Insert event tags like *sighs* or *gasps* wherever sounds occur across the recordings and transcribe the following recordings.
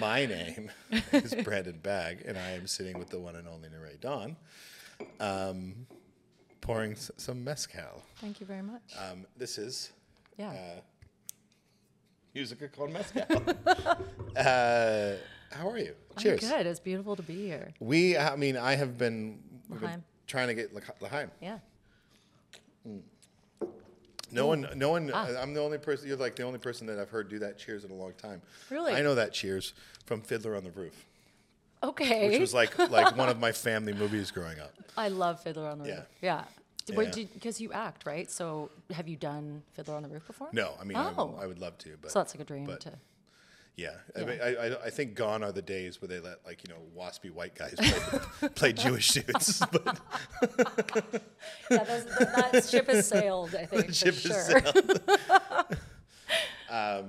My name *laughs* is Brandon Bagg, and I am sitting with the one and only Nere Don, um, pouring s- some mezcal. Thank you very much. Um, this is yeah. uh, musica con mezcal. *laughs* uh, how are you? I'm Cheers. good. It's beautiful to be here. We, I mean, I have been, we've been Lahaim. trying to get Lah- Lahaim. Yeah. No one, no one. Ah. I'm the only person. You're like the only person that I've heard do that cheers in a long time. Really? I know that cheers from Fiddler on the Roof, Okay. which was like like one of my family movies growing up. I love Fiddler on the Yeah. Roof. Yeah. Yeah. But because you act, right? So have you done Fiddler on the Roof before? No, I mean, I w- Oh. I, would love to, but So that's like a dream but- to. *laughs* *laughs* yeah, I, Yeah. mean, I, I, I think gone are the days where they let like you know waspy white guys *laughs* play, play Jewish dudes. *laughs* But Yeah, that's, that, that ship has sailed, *laughs* I think. ship for has sure.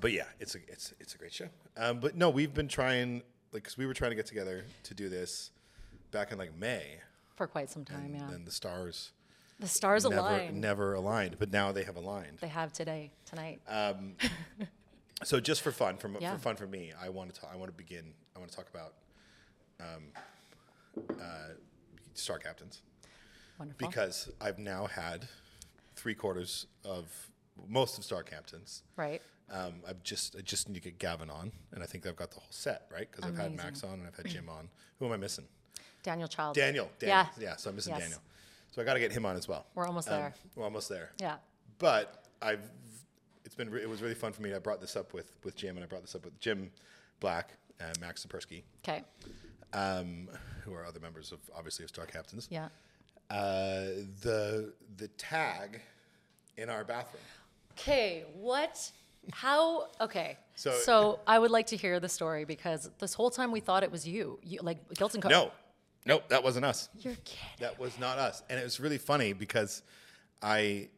but yeah, it's a it's it's a great show. Um, but no, we've been trying like 'cause we were trying to get together to do this back in like May, *laughs* For quite some time, yeah. and the stars The stars never align. never aligned, but now they have aligned. They have today, tonight. Uh, So just for fun, from Yeah. for fun for me, I want to ta- I want to begin. I want to talk about um, uh, star captains Wonderful. because I've now had three quarters of most of star captains. right. Um, I've just I just need to get Gavin on, and I think I've got the whole set right because I've had Max on and I've had Jim on. Who am I missing? Daniel Child. Daniel. Daniel. Yeah. Yeah. So I'm missing Yes. Daniel. So I got to get him on as well. Um, We're almost there. We're almost there. Yeah. but I've it's been re- it was really fun for me. I brought this up with with Jim, and I brought this up with Jim Black and Max Sapersky, Okay. um, who are other members of obviously of Star Captains. Yeah. Uh, the the tag in our bathroom. Okay, what? How? Okay. So- So, I would like to hear the story because this whole time we thought it was you, you like Gilton Co. No, nope, that wasn't us. You're kidding. That was not us, and it was really funny because I.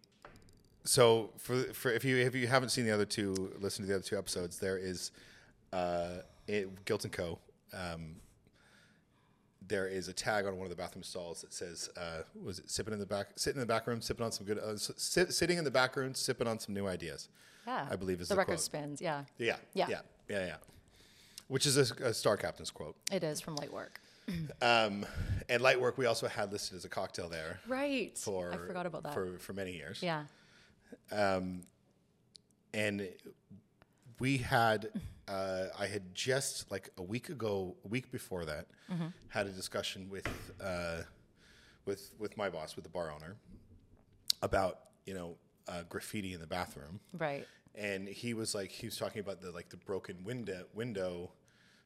So for for if you if you haven't seen the other two, listen to the other two episodes. There is, uh, it, Guilt and Co. Um, there is a tag on one of the bathroom stalls that says, uh, "Was it sipping in the back, sitting in the back room, sipping on some good, uh, s- sit, sitting in the back room, sipping on some new ideas." Yeah. I believe is the, the, record quote. spins. Yeah. yeah, Yeah. yeah, yeah, yeah. Which is a, a star captain's quote. It is from Light Work. Um, and light work we also had listed as a cocktail there Right. for I forgot about that. for for many years. yeah. And we had uh, I had just like a week ago, a week before that, Mm-hmm. had a discussion with uh, with with my boss, with the bar owner, about you know uh, graffiti in the bathroom, Right. and he was like he was talking about the like the broken window window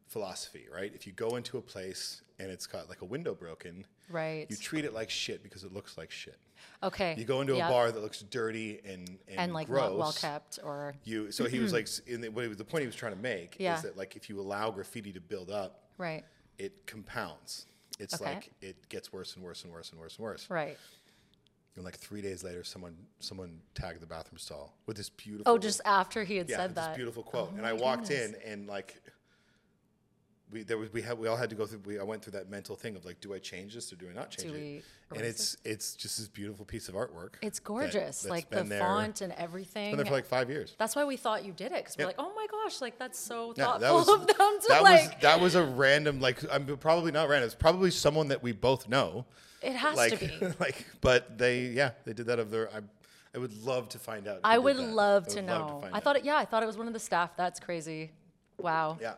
philosophy, right? If you go into a place and it's got like a window broken. Right. You treat it like shit because it looks like shit. okay. You go into yeah. a bar that looks dirty and and, and like gross, not well kept or You so *clears throat* he was like s- in the, what he was, the point he was trying to make Yeah. is that like if you allow graffiti to build up, right. it compounds. It's Okay. like it gets worse and worse and worse and worse and worse. Right. And like three days later, someone someone tagged the bathroom stall with this beautiful Oh, just after he had yeah said this that. Oh beautiful quote. and I walked in and like we there was we had we all had to go through. We, I went through that mental thing of like, do I change this or do I not change we it? And erase it's it's just this beautiful piece of artwork. It's that- gorgeous. that's like the been there- font and everything. Been there for like five years. That's why we thought you did it because Yeah. we're like, oh my gosh, like that's so Yeah, thoughtful of them to that like. was that was a random like I'm probably not random. It's probably someone that we both know. It has like to be. *laughs* like but they yeah they did that of their I I would love to find out. who I did would that. love I to would know. find I out. thought it, yeah, I thought it was one of the staff. That's crazy. Wow. yeah.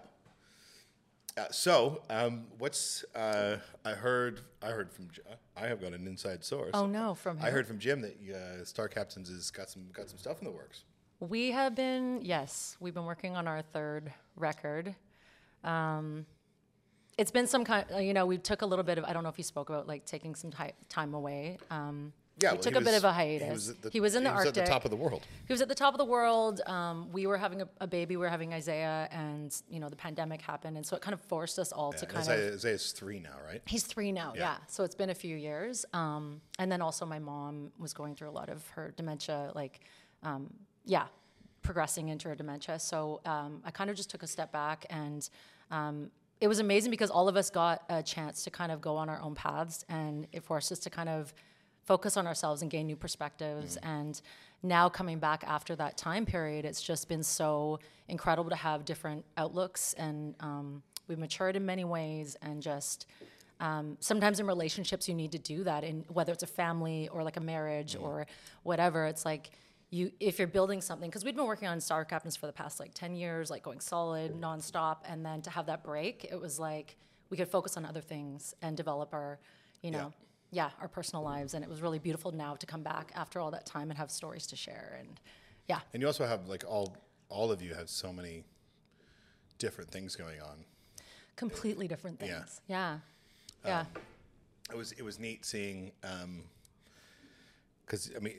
Uh, so um, what's uh, I heard I heard from J- I have got an inside source. Oh no, from him. I heard from Jim that uh, Star Captains has got some got some stuff in the works. We have been yes, we've been working on our third record. Um, it's been some kind. You know, we took a little bit of. I don't know if you spoke about like taking some ti- time away. Um, Yeah, we well, took he a bit was- of a hiatus. He was, at the, he was in the he was Arctic. at the top of the world. he was at the top of the world. Um, we were having a, a baby. We were having Isaiah, and you know the pandemic happened, and so it kind of forced us all to And kind of Isaiah, Isaiah's three now, right? He's three now, yeah. So it's been a few years. Um, and then also, my mom was going through a lot of her dementia, like, um, yeah, progressing into her dementia. So um, I kind of just took a step back, and um, it was amazing because all of us got a chance to kind of go on our own paths, and it forced us to kind of focus on ourselves and gain new perspectives. And now coming back after that time period, it's just been so incredible to have different outlooks and um, we've matured in many ways and just um, sometimes in relationships you need to do that in whether it's a family or like a marriage or whatever it's like you if you're building something because we'd been working on star captains for the past like 10 years like going solid nonstop and then to have that break it was like we could focus on other things and develop our you know yeah, our personal lives and it was really beautiful now to come back after all that time and have stories to share and yeah And you also have like all all of you have so many different things going on. completely different things yeah Um, yeah, It was it was neat seeing because I mean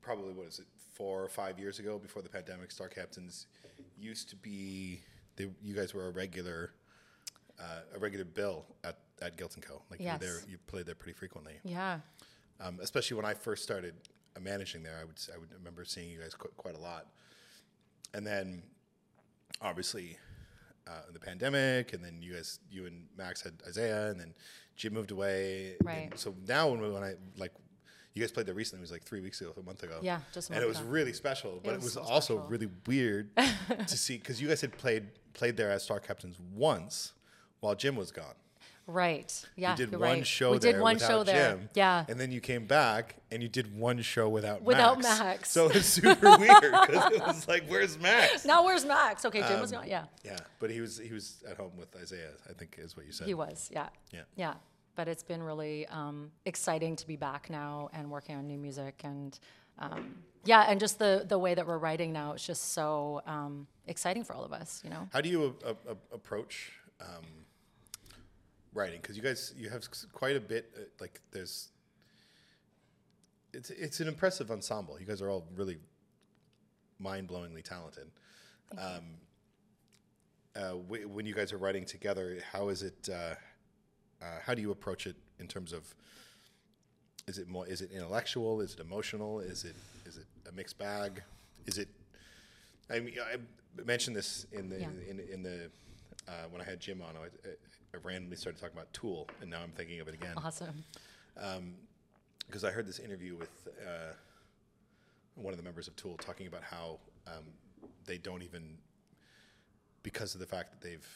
probably what is it four or five years ago before the pandemic, Star Captains used to be they, you guys were a regular uh, a regular bill at at Gilt and Co. Like you were there, Yes. you played there pretty frequently. yeah. um, especially when I first started uh, managing there. I would I would remember seeing you guys qu- quite a lot, and then obviously uh, the pandemic, and then you guys you and Max had Isaiah, and then Jim moved away. and Right. so now when we, when I like. You guys played there recently. It was like three weeks ago, a month ago. Yeah, just a and it month was ago. really special, but it was, was so also special. really weird to see because you guys had played played there as star captains once while Jim was gone. Right. Yeah. You did Ah, you're one right. show We there. did one without show there. Jim, Yeah. And then you came back and you did one show without Without Max. Max. So it's *laughs* super weird because it was like, where's Max? now where's Max? Okay, Jim was not. Yeah, Yeah, but he was he was at home with Isaiah. I think is what you said. he was. Yeah. Yeah. Yeah. But it's been really um, exciting to be back now and working on new music and um, yeah, and just the the way that we're writing now it's just so um, exciting for all of us. You know. How do you a, a, a- approach um, writing? Because you guys you have s- quite a bit. Uh, like there's, it's it's an impressive ensemble. You guys are all really mind-blowingly talented. Um, uh, w- when you guys are writing together, how is it? Uh, uh, how do you approach it in terms of? Is it more? Is it intellectual? Is it emotional? Is it is it a mixed bag? Is it? I mean, I mentioned this in the Yeah. in, in the uh, when I had Jim on. I, I randomly started talking about Tool, and now I'm thinking of it again Awesome. because I heard this interview with uh, one of the members of Tool talking about how um, they don't even because of the fact that they've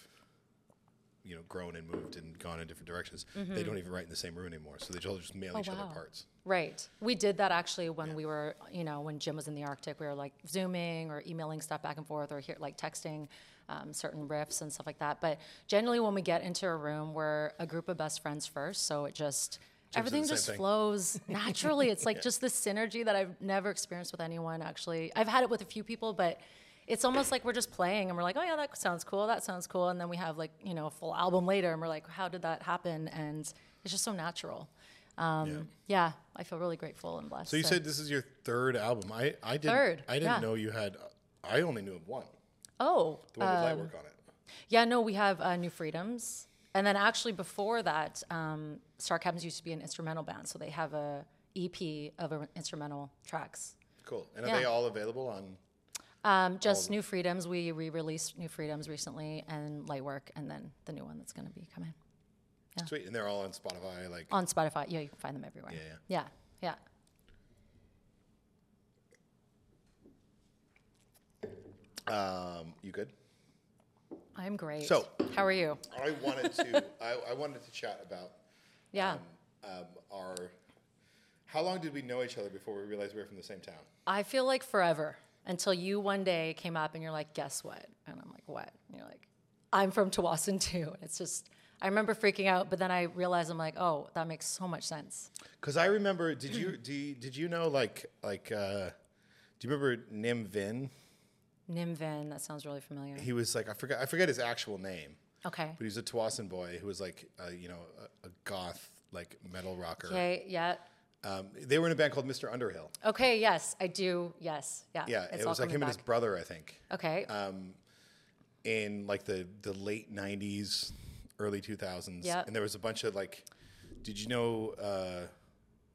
you know grown and moved and gone in different directions they don't even write in the same room anymore so they all just mail each other Mm-hmm. Oh, wow. parts Right. We did that actually when we were, you know, when Jim was in the Arctic, we were like zooming or emailing stuff back and forth or here, like texting um, certain riffs and stuff like that. But generally, when we get into a room, we're a group of best friends first. So it just, the everything same just thing. *laughs* flows naturally. It's like just this synergy that I've never experienced with anyone actually. I've had it with a few people, but it's almost like we're just playing and we're like, oh yeah, that sounds cool, that sounds cool. And then we have like, you know, a full album later and we're like, how did that happen? And it's just so natural. yeah. Yeah, I feel really grateful and blessed. so you to- said this is your third album i i didn't Third, i didn't yeah. know you had i only knew of one "Oh, the one with light work on it yeah, no, we have uh, New Freedoms, and then actually before that, um, Star Cabins used to be an instrumental band, so they have a EP of uh, instrumental tracks. cool and are yeah. they all available on Um, just New Freedoms, we re-released New Freedoms recently, and Light Work, and then the new one that's going to be coming sweet and they're all on spotify like on Spotify. Yeah, you can find them everywhere. Yeah, yeah, yeah. um you good I'm great. So- how are you? i wanted to I, I wanted to chat about Yeah. um, our. How long did we know each other before we realized we were from the same town? I feel like forever until you one day came up and you're like, guess what? And I'm like, what? And you're like, I'm from Tawasin too. And it's just, I remember freaking out, but then I realized I'm like, oh, that makes so much sense. Because I remember. Did *clears throat* you do? you- Did you know like like? Uh, do you remember Nim Vin? Nimvin, that sounds really familiar. He was like I forget I forget his actual name, Okay. but he's a Tawasin boy who was like uh, you know a, a goth like metal rocker. Okay, yeah. Um, they were in a band called Mr. Underhill. Okay, yes, I do. Yes, yeah. Yeah, it's it all was like coming him and his back. brother, I think, Okay, in like the the late '90s, early 2000s. Yep. And there was a bunch of like, did you know uh,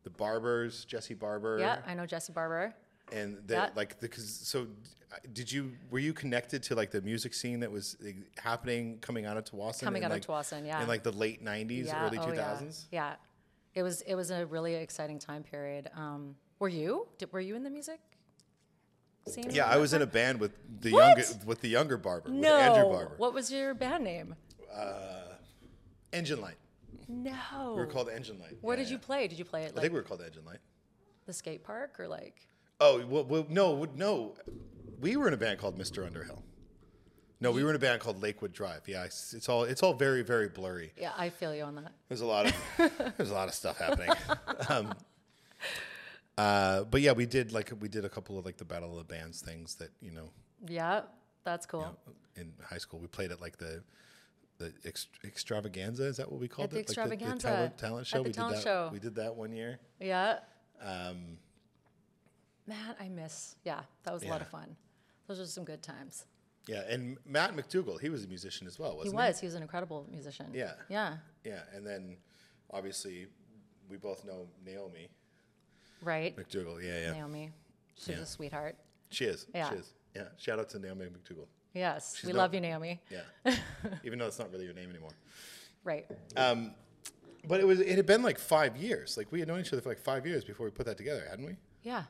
the Barbers, Jesse Barber? yeah, I know Jesse Barber. and that That- like because so uh, did you were you connected to like the music scene that was like, happening coming out of Tawasin Coming in, out like, of Tawasin, yeah. in like the late 90s yeah, early oh, 2000s Yeah. yeah. it was it was a really exciting time period. Um, were you? Did, were you in the music? Scene Yeah, I was in a band with the What? younger with the younger barber, with No. Andrew Barber. What was your band name? Engine Light. No. We were called Engine Light. What Yeah, did yeah. you play? Did you play at I like think we were called Engine Light. the skate park or like? Oh well, well no, w- no, we were in a band called Mr. Underhill. No, we were in a band called Lakewood Drive. Yeah, it's, it's all it's all very very blurry. Yeah, I feel you on that. There's a lot of *laughs* there's a lot of stuff happening. Um, uh, but yeah, we did like we did a couple of like the Battle of the Bands things that you know Yeah, that's cool. in high school we played at like the the ex- extravaganza is that what we called the it? like extravaganza, the, talent, talent at show. the we talent did that. show. We did that one year. Yeah. Um, Man, I miss. Yeah, that was a lot of Yeah. fun. Those were some good times. yeah, and Matt McDougall, he was a musician as well, wasn't He was. He was an incredible musician. Yeah. Yeah. Yeah, and then obviously we both know Naomi Right. McDougal. Yeah, yeah. Naomi. She's Yeah. a sweetheart. She is. Yeah. She is. Yeah. Shout out to Naomi McDougal. Yes. we not- love you, Naomi. Yeah. *laughs* Even though it's not really your name anymore. Right. But it was it had been like five years. Like we had known each other for like five years before we put that together, hadn't we? Yeah.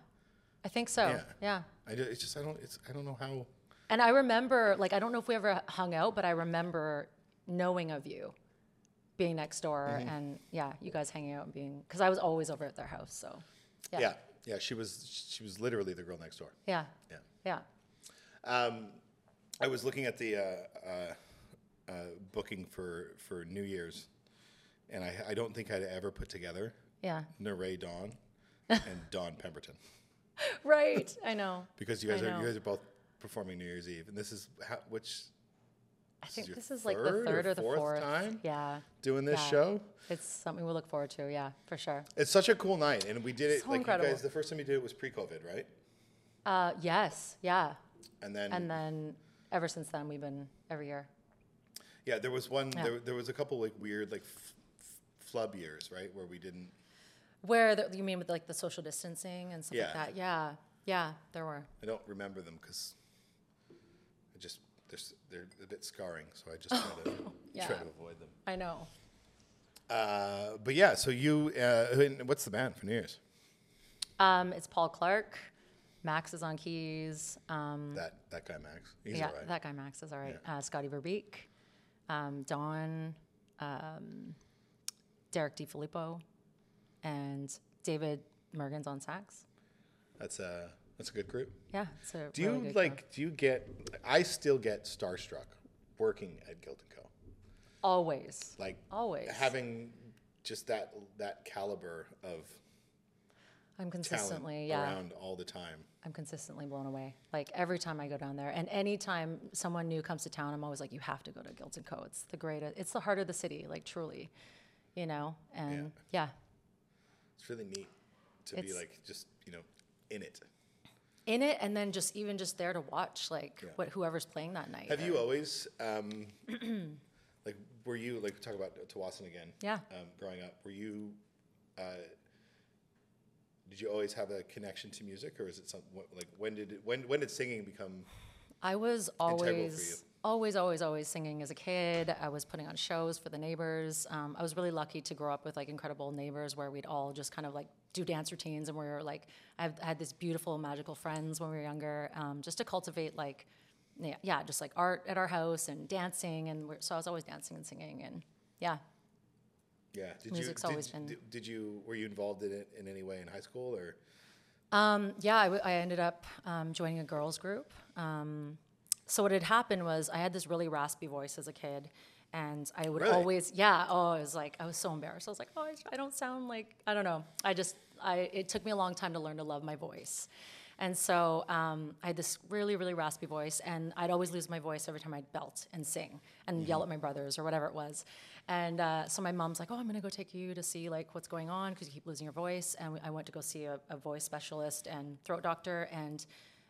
I think so. Yeah. yeah. I do, it's just I don't it's I don't know how And I remember, like, I don't know if we ever hung out, but I remember knowing of you being next door Mm-hmm. and, yeah, you guys hanging out and being, because I was always over at their house. So, yeah. yeah. yeah. she was she was literally the girl next door. Yeah. Yeah. Yeah. I was looking at the uh, uh, uh, booking for for New Year's and I I don't think I'd ever put together Yeah. Naray *laughs* Dawn and Dawn Pemberton. Right. I know. because you guys I are know. you guys are both performing New Year's Eve, and this is how, which I think your this is like the third or third or the fourth fourth time? Yeah. doing this Yeah. show. It's something we'll look forward to. Yeah, for sure. It's such a cool night, and we did it So like incredible. you guys. The first time you did it was pre-COVID, right? Uh, yes. Yeah. And then, And then ever since then, we've been every year. yeah, there was one. Yeah. There, there was a couple like weird like f- f- flub years, right, where we didn't. Where the, you mean with like the social distancing and stuff Yeah. like that? Yeah. Yeah. There were. I don't remember them because I just they're s- they're a bit scarring, so I just try to *laughs* Yeah. try to avoid them. I know. Uh, but yeah, so you uh, and what's the band for New Year's? Um, it's Paul Clark. Max is on keys. Um, That that guy Max, he's yeah, alright. that guy Max is all right. Uh, Scotty Verbeek, um, Don, um, Derek DiFilippo, and David Mergens on sax. That's a that's a good group. Yeah, it's a Do really you good like? group. Do you get? I still get starstruck working at Guild and Co. always? Like Always. having just that that caliber of talent I'm consistently, yeah, around all the time. I'm consistently blown away. Like every time I go down there, and anytime someone new comes to town, I'm always like, you have to go to Guilds and Co. It's the greatest. It's the heart of the city, like truly, you know. And yeah, It's really neat to be It's- like just you know in it. in it, and then just even just there to watch, like what whoever's playing that night. Have or- you always um, *clears throat* like were you like talk about Tawasin again? Yeah. Um, growing up, were you? Uh, did you always have a connection to music, or is it something like when did it, when when did singing become? I was integral for you? always, always, always, always singing as a kid. I was putting on shows for the neighbors. Um, I was really lucky to grow up with like incredible neighbors where we'd all just kind of like do dance routines, and we were like, I had this beautiful, magical friends when we were younger, um, just to cultivate like, yeah, yeah, just like art at our house and dancing, and we're, so I was always dancing and singing, and yeah, Yeah. Did Music's you, did, always you- been- Did, did you were you involved in it in any way in high school or? yeah, I, w- I ended up um, joining a girls group. Um, so what had happened was I had this really raspy voice as a kid, and I would Really? always, yeah, oh, I was like, I was so embarrassed. I was like, oh, I, I don't sound like, I don't know. I just, I, it took me a long time to learn to love my voice. And so um, I had this really, really raspy voice, and I'd always lose my voice every time I'd belt and sing and yell at my brothers or whatever it was. And uh, so my mom's like, "Oh, I'm gonna go take you to see like what's going on because you keep losing your voice." And we, I went to go see a, a voice specialist and throat doctor, and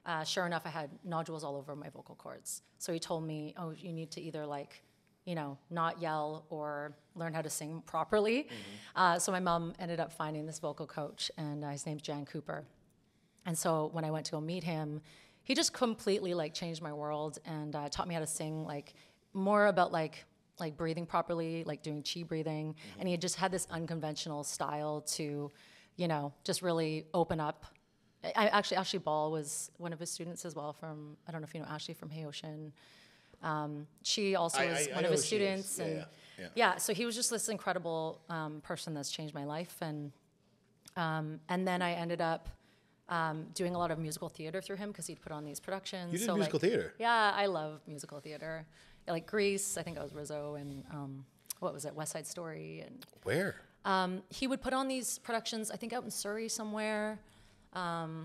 uh, sure enough, I had nodules all over my vocal cords. So he told me, "Oh, you need to either like you know, not yell or learn how to sing properly. Uh, so my mom ended up finding this vocal coach, and uh, his name's Jan Cooper. And so when I went to go meet him, he just completely like changed my world and uh, taught me how to sing like more about like like breathing properly, like doing chi breathing, Mm-hmm. and he just had this unconventional style to, you know, just really open up. I, I actually Ashley Ball was one of his students as well from I don't know if you know Ashley from Hey Ocean. Um, she also I- was I- I one know of his who she is. students, Yeah, and yeah, yeah. so he was just this incredible um, person that's changed my life, and um, and then I ended up um, doing a lot of musical theater through him because he'd put on these productions. You did so like- musical theater. yeah, I love musical theater. I like Grease, I think I was Rizzo, and um, what was it, West Side Story, and Where? he would put on these productions. I think out in Surrey somewhere. Um,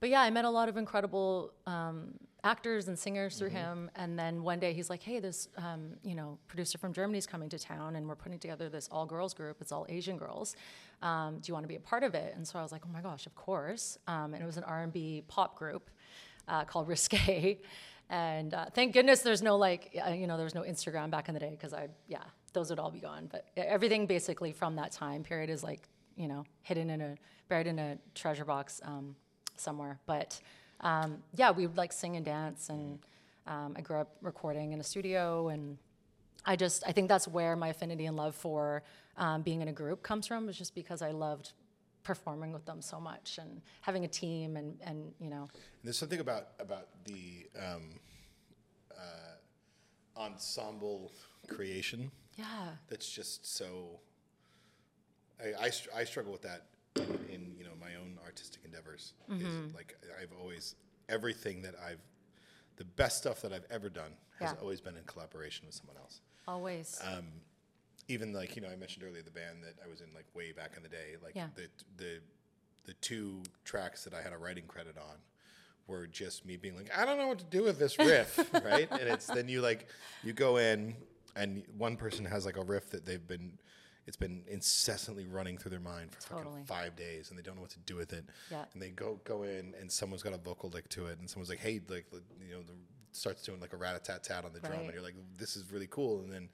but yeah, I met a lot of incredible um, actors and singers through him. And then one day he's like, "Hey, this um, you know producer from Germany's coming to town, and we're putting together this all girls group. It's all Asian girls. Um, do you want to be a part of it?" And so I was like, "Oh my gosh, of course!" Um, and it was an R and B pop group uh, called Risque. *laughs* And uh, thank goodness there's no like, uh, you know, there was no Instagram back in the day because I, yeah, those would all be gone. But e, everything basically from that time period is like, you know, hidden in a, buried in a treasure box um, somewhere. But um, yeah, we would like sing and dance. And um, I grew up recording in a studio and I just I think that's where my affinity and love for um, being in a group comes from is just because I loved performing with them so much and having a team and and you know There's something about about the um, uh, ensemble creation yeah that's just so. I, I, str- I struggle with that in, in you know my own artistic endeavors. Mm-hmm. Is like I've always everything that I've the best stuff that I've ever done has Yeah. always been in collaboration with someone else. always even like you know I mentioned earlier the band that I was in like way back in the day like Yeah. the the the two tracks that I had a writing credit on were just me being like I don't know what to do with this *laughs* riff right and it's then you like you go in and one person has like a riff that they've been it's been incessantly running through their mind for Totally. fucking five days and they don't know what to do with it Yeah. and they go go in and someone's got a vocal lick to it and someone's like hey like you know the starts doing like a rat-a-tat-tat on the drum and Right. you're like this is really cool and then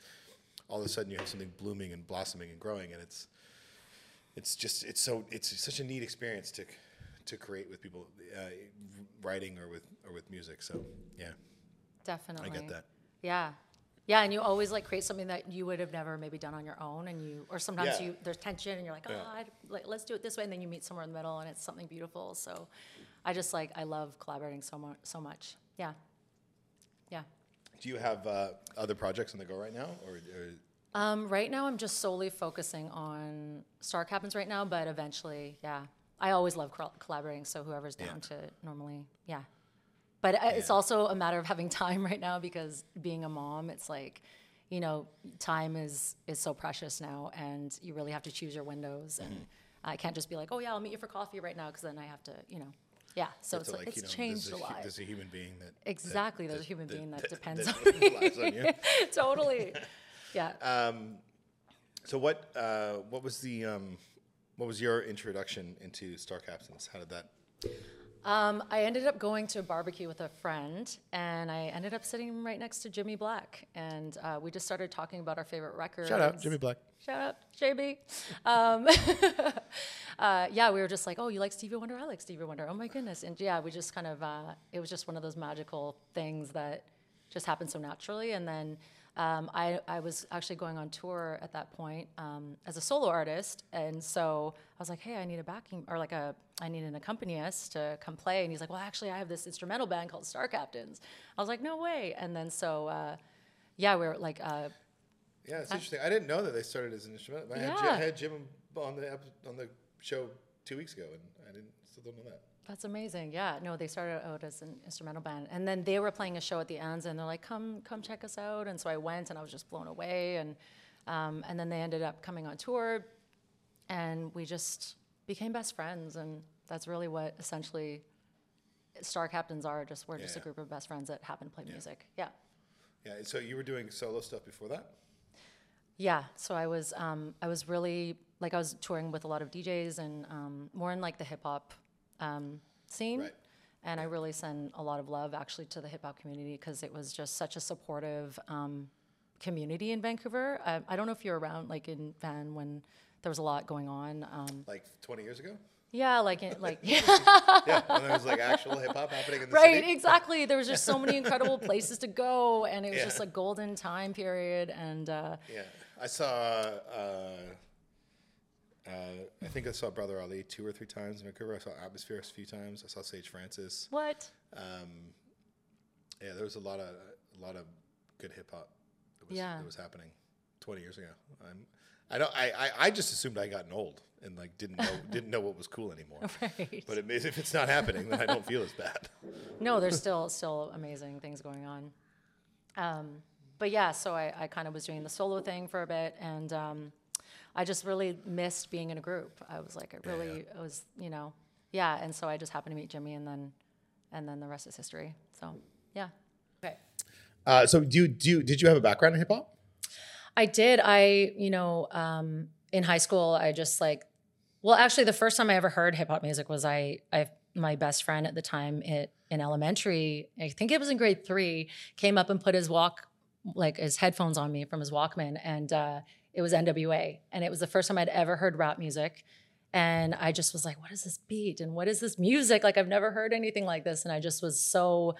all of a sudden you have something blooming and blossoming and growing and it's it's just it's so it's such a neat experience to to create with people uh, writing or with or with music so yeah definitely i get that yeah yeah and you always like create something that you would have never maybe done on your own and you or sometimes Yeah. you there's tension and you're like oh Yeah. I'd- like, let's do it this way and then you meet somewhere in the middle and it's something beautiful so I just like I love collaborating so much so much yeah yeah do you have uh, other projects on the go right now or, or Um, right now, I'm just solely focusing on Star Cabins right now, but eventually, yeah. I always love col- collaborating, so whoever's down to normally, yeah. But I it's Yeah. also a matter of having *laughs* time right now because being a mom, it's like, you know, time is is so precious now, and you really have to choose your windows. And Mm-hmm. I can't just be like, oh yeah, I'll meet you for coffee right now, because then I have to, you know, yeah. So it's to, like, it's you know, changed there's a hu- lot. there's a human being that Exactly, there's a human being that depends on *laughs* *laughs* relies on you totally, yeah. so what uh, what was the um, what was your introduction into star captains how did that Um, I ended up going to a barbecue with a friend, and I ended up sitting right next to Jimmy Black, and uh, we just started talking about our favorite records. black Shout out, JB. Um, *laughs* uh, yeah, we were just like, oh, you like Stevie Wonder? I like Stevie Wonder. Oh my goodness! And yeah, we just kind of uh, it was just one of those magical things that just happened so naturally. And then um, I I was actually going on tour at that point um, as a solo artist, and so I was like, hey, I need a backing or like a I need an accompanist to come play. And he's like, well, actually, I have this instrumental band called Star Captains. I was like, no way. And then so. Uh, yeah, we were like uh, Yeah, it's interesting. I didn't know that they started as an instrument. I, had, Jim, Yeah. I had Jim on the ep- on the show two weeks ago, and I didn't still don't know that. That's amazing. Yeah. No, they started out as an instrumental band, and then they were playing a show at the ends, and they're like, "Come, come check us out." And so I went, and I was just blown away. And um, and then they ended up coming on tour, and we just became best friends, and that's really what essentially Star Captains are. Just we're just a Yeah. group of best friends that happen to play music. Yeah. Yeah, so you were doing solo stuff before that. Yeah, so I was um, I was really like I was touring with a lot of DJs and um, more in like the hip hop um, scene, Right. and I really send a lot of love actually to the hip hop community because it was just such a supportive um, community in Vancouver. I, I don't know if you're around like in Van when there was a lot going on. Um, Like 20 years ago. Yeah, like it, like *laughs* *laughs* Yeah, and there was like actual hip hop happening in the right, city. exactly. There was just so *laughs* many incredible places to go, and it was Yeah. just a golden time period. And uh, Yeah, I saw. Uh, uh, I think I saw Brother Ali two or three times in Vancouver. I saw Atmosphere a few times. I saw Sage Francis. *laughs* what? Yeah, there was a lot of a lot of good hip hop. That was, Yeah. that was happening twenty years ago. I'm, I don't. I, I I just assumed I gotten old and like didn't know didn't know what was cool anymore. Right. But it, may- if it's not happening, then I don't feel as bad. *laughs* No, there's still still amazing things going on. Um, but yeah, so I, I kind of was doing the solo thing for a bit, and um, I just really missed being in a group. I was like, I yeah. really I was, you know, yeah. And so I just happened to meet Jimmy, and then and then the rest is history. So yeah. Okay. Uh, so do you, do you, did you have a background in hip hop? I did. I, you know, um, in high school, I just like, well, actually, the first time I ever heard hip hop music was I, I, my best friend at the time it, in elementary, I think it was in grade three, came up and put his walk, like his headphones on me from his Walkman, and uh, it was NWA, and it was the first time I'd ever heard rap music. And I just was like, what is this beat? And what is this music? Like, I've never heard anything like this. And I just was so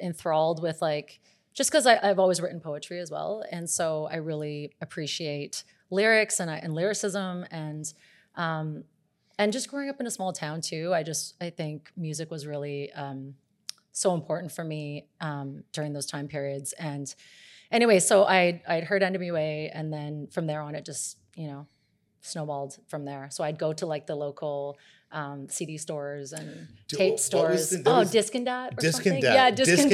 enthralled with like just because I've always written poetry as well, and so I really appreciate lyrics and I, and lyricism and um, and just growing up in a small town too. I just I think music was really um, so important for me um, during those time periods. And anyway, so I I'd heard NWA, and then from there on, it just you know snowballed from there. So I'd go to like the local. Um, CD stores and Do- tape what was stores. the- there oh, was- Disc and Dat. or Disc and something? Dat, Yeah, Disc Disc and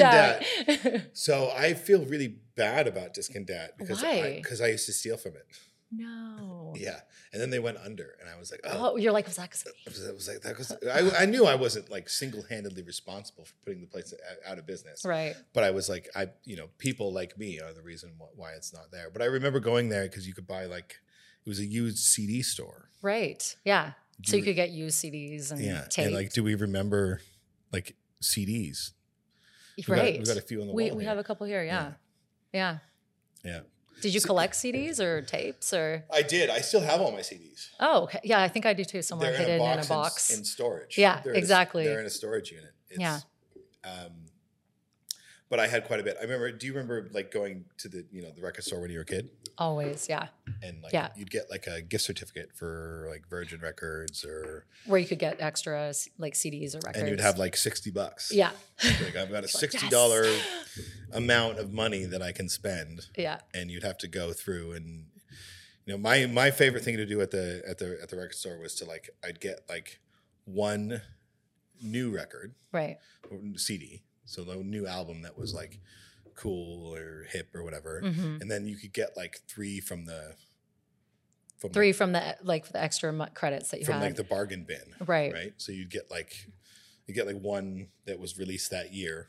and Dat. So I feel really bad about Discondat because I, Why? because I used to steal from it. *laughs* No. Yeah, and then they went under, and I was like, oh, Oh, you're like, was that 'cause of me? It was, it was like that 'cause I, I knew I wasn't like single-handedly responsible for putting the place o- out of business. Right. But I was like, I you know, people like me are the reason wh- why it's not there. But I remember going there because you could buy like it was a used CD store. Right. Yeah. so Do you it. could get used CDs and Yeah, tape. and like, do we remember like CDs? We right. got, we got a few on the we, wall. we here. have a couple here. Yeah. Yeah. yeah. Did you collect CDs or tapes or? I did. I still have all my CDs. Oh, okay. yeah. I think I do too. Somewhere They're hidden in a box. in a box. In, storage. Yeah, They're in a- exactly. they're in a storage unit. It's, Yeah. Um, but I had quite a bit. I remember. Do you remember like going to the you know the record store when you were a kid Always. Yeah. and like Yeah. you'd get like a gift certificate for like Virgin Records or Where you could get extras like CDs or records. and you'd have like sixty bucks. Yeah. Like I've got a sixty dollar amount of money that I can spend. *laughs* Yeah. and you'd have to go through and you know my my favorite thing to do at the at the at the record store was to like I'd get like one new record Right. or CD so the new album that was like cool or hip or whatever hmm and then you could get like three from the from the- Three from the like the extra mu- credits that you from had. like the bargain bin right. right so you'd get like you get like one that was released that year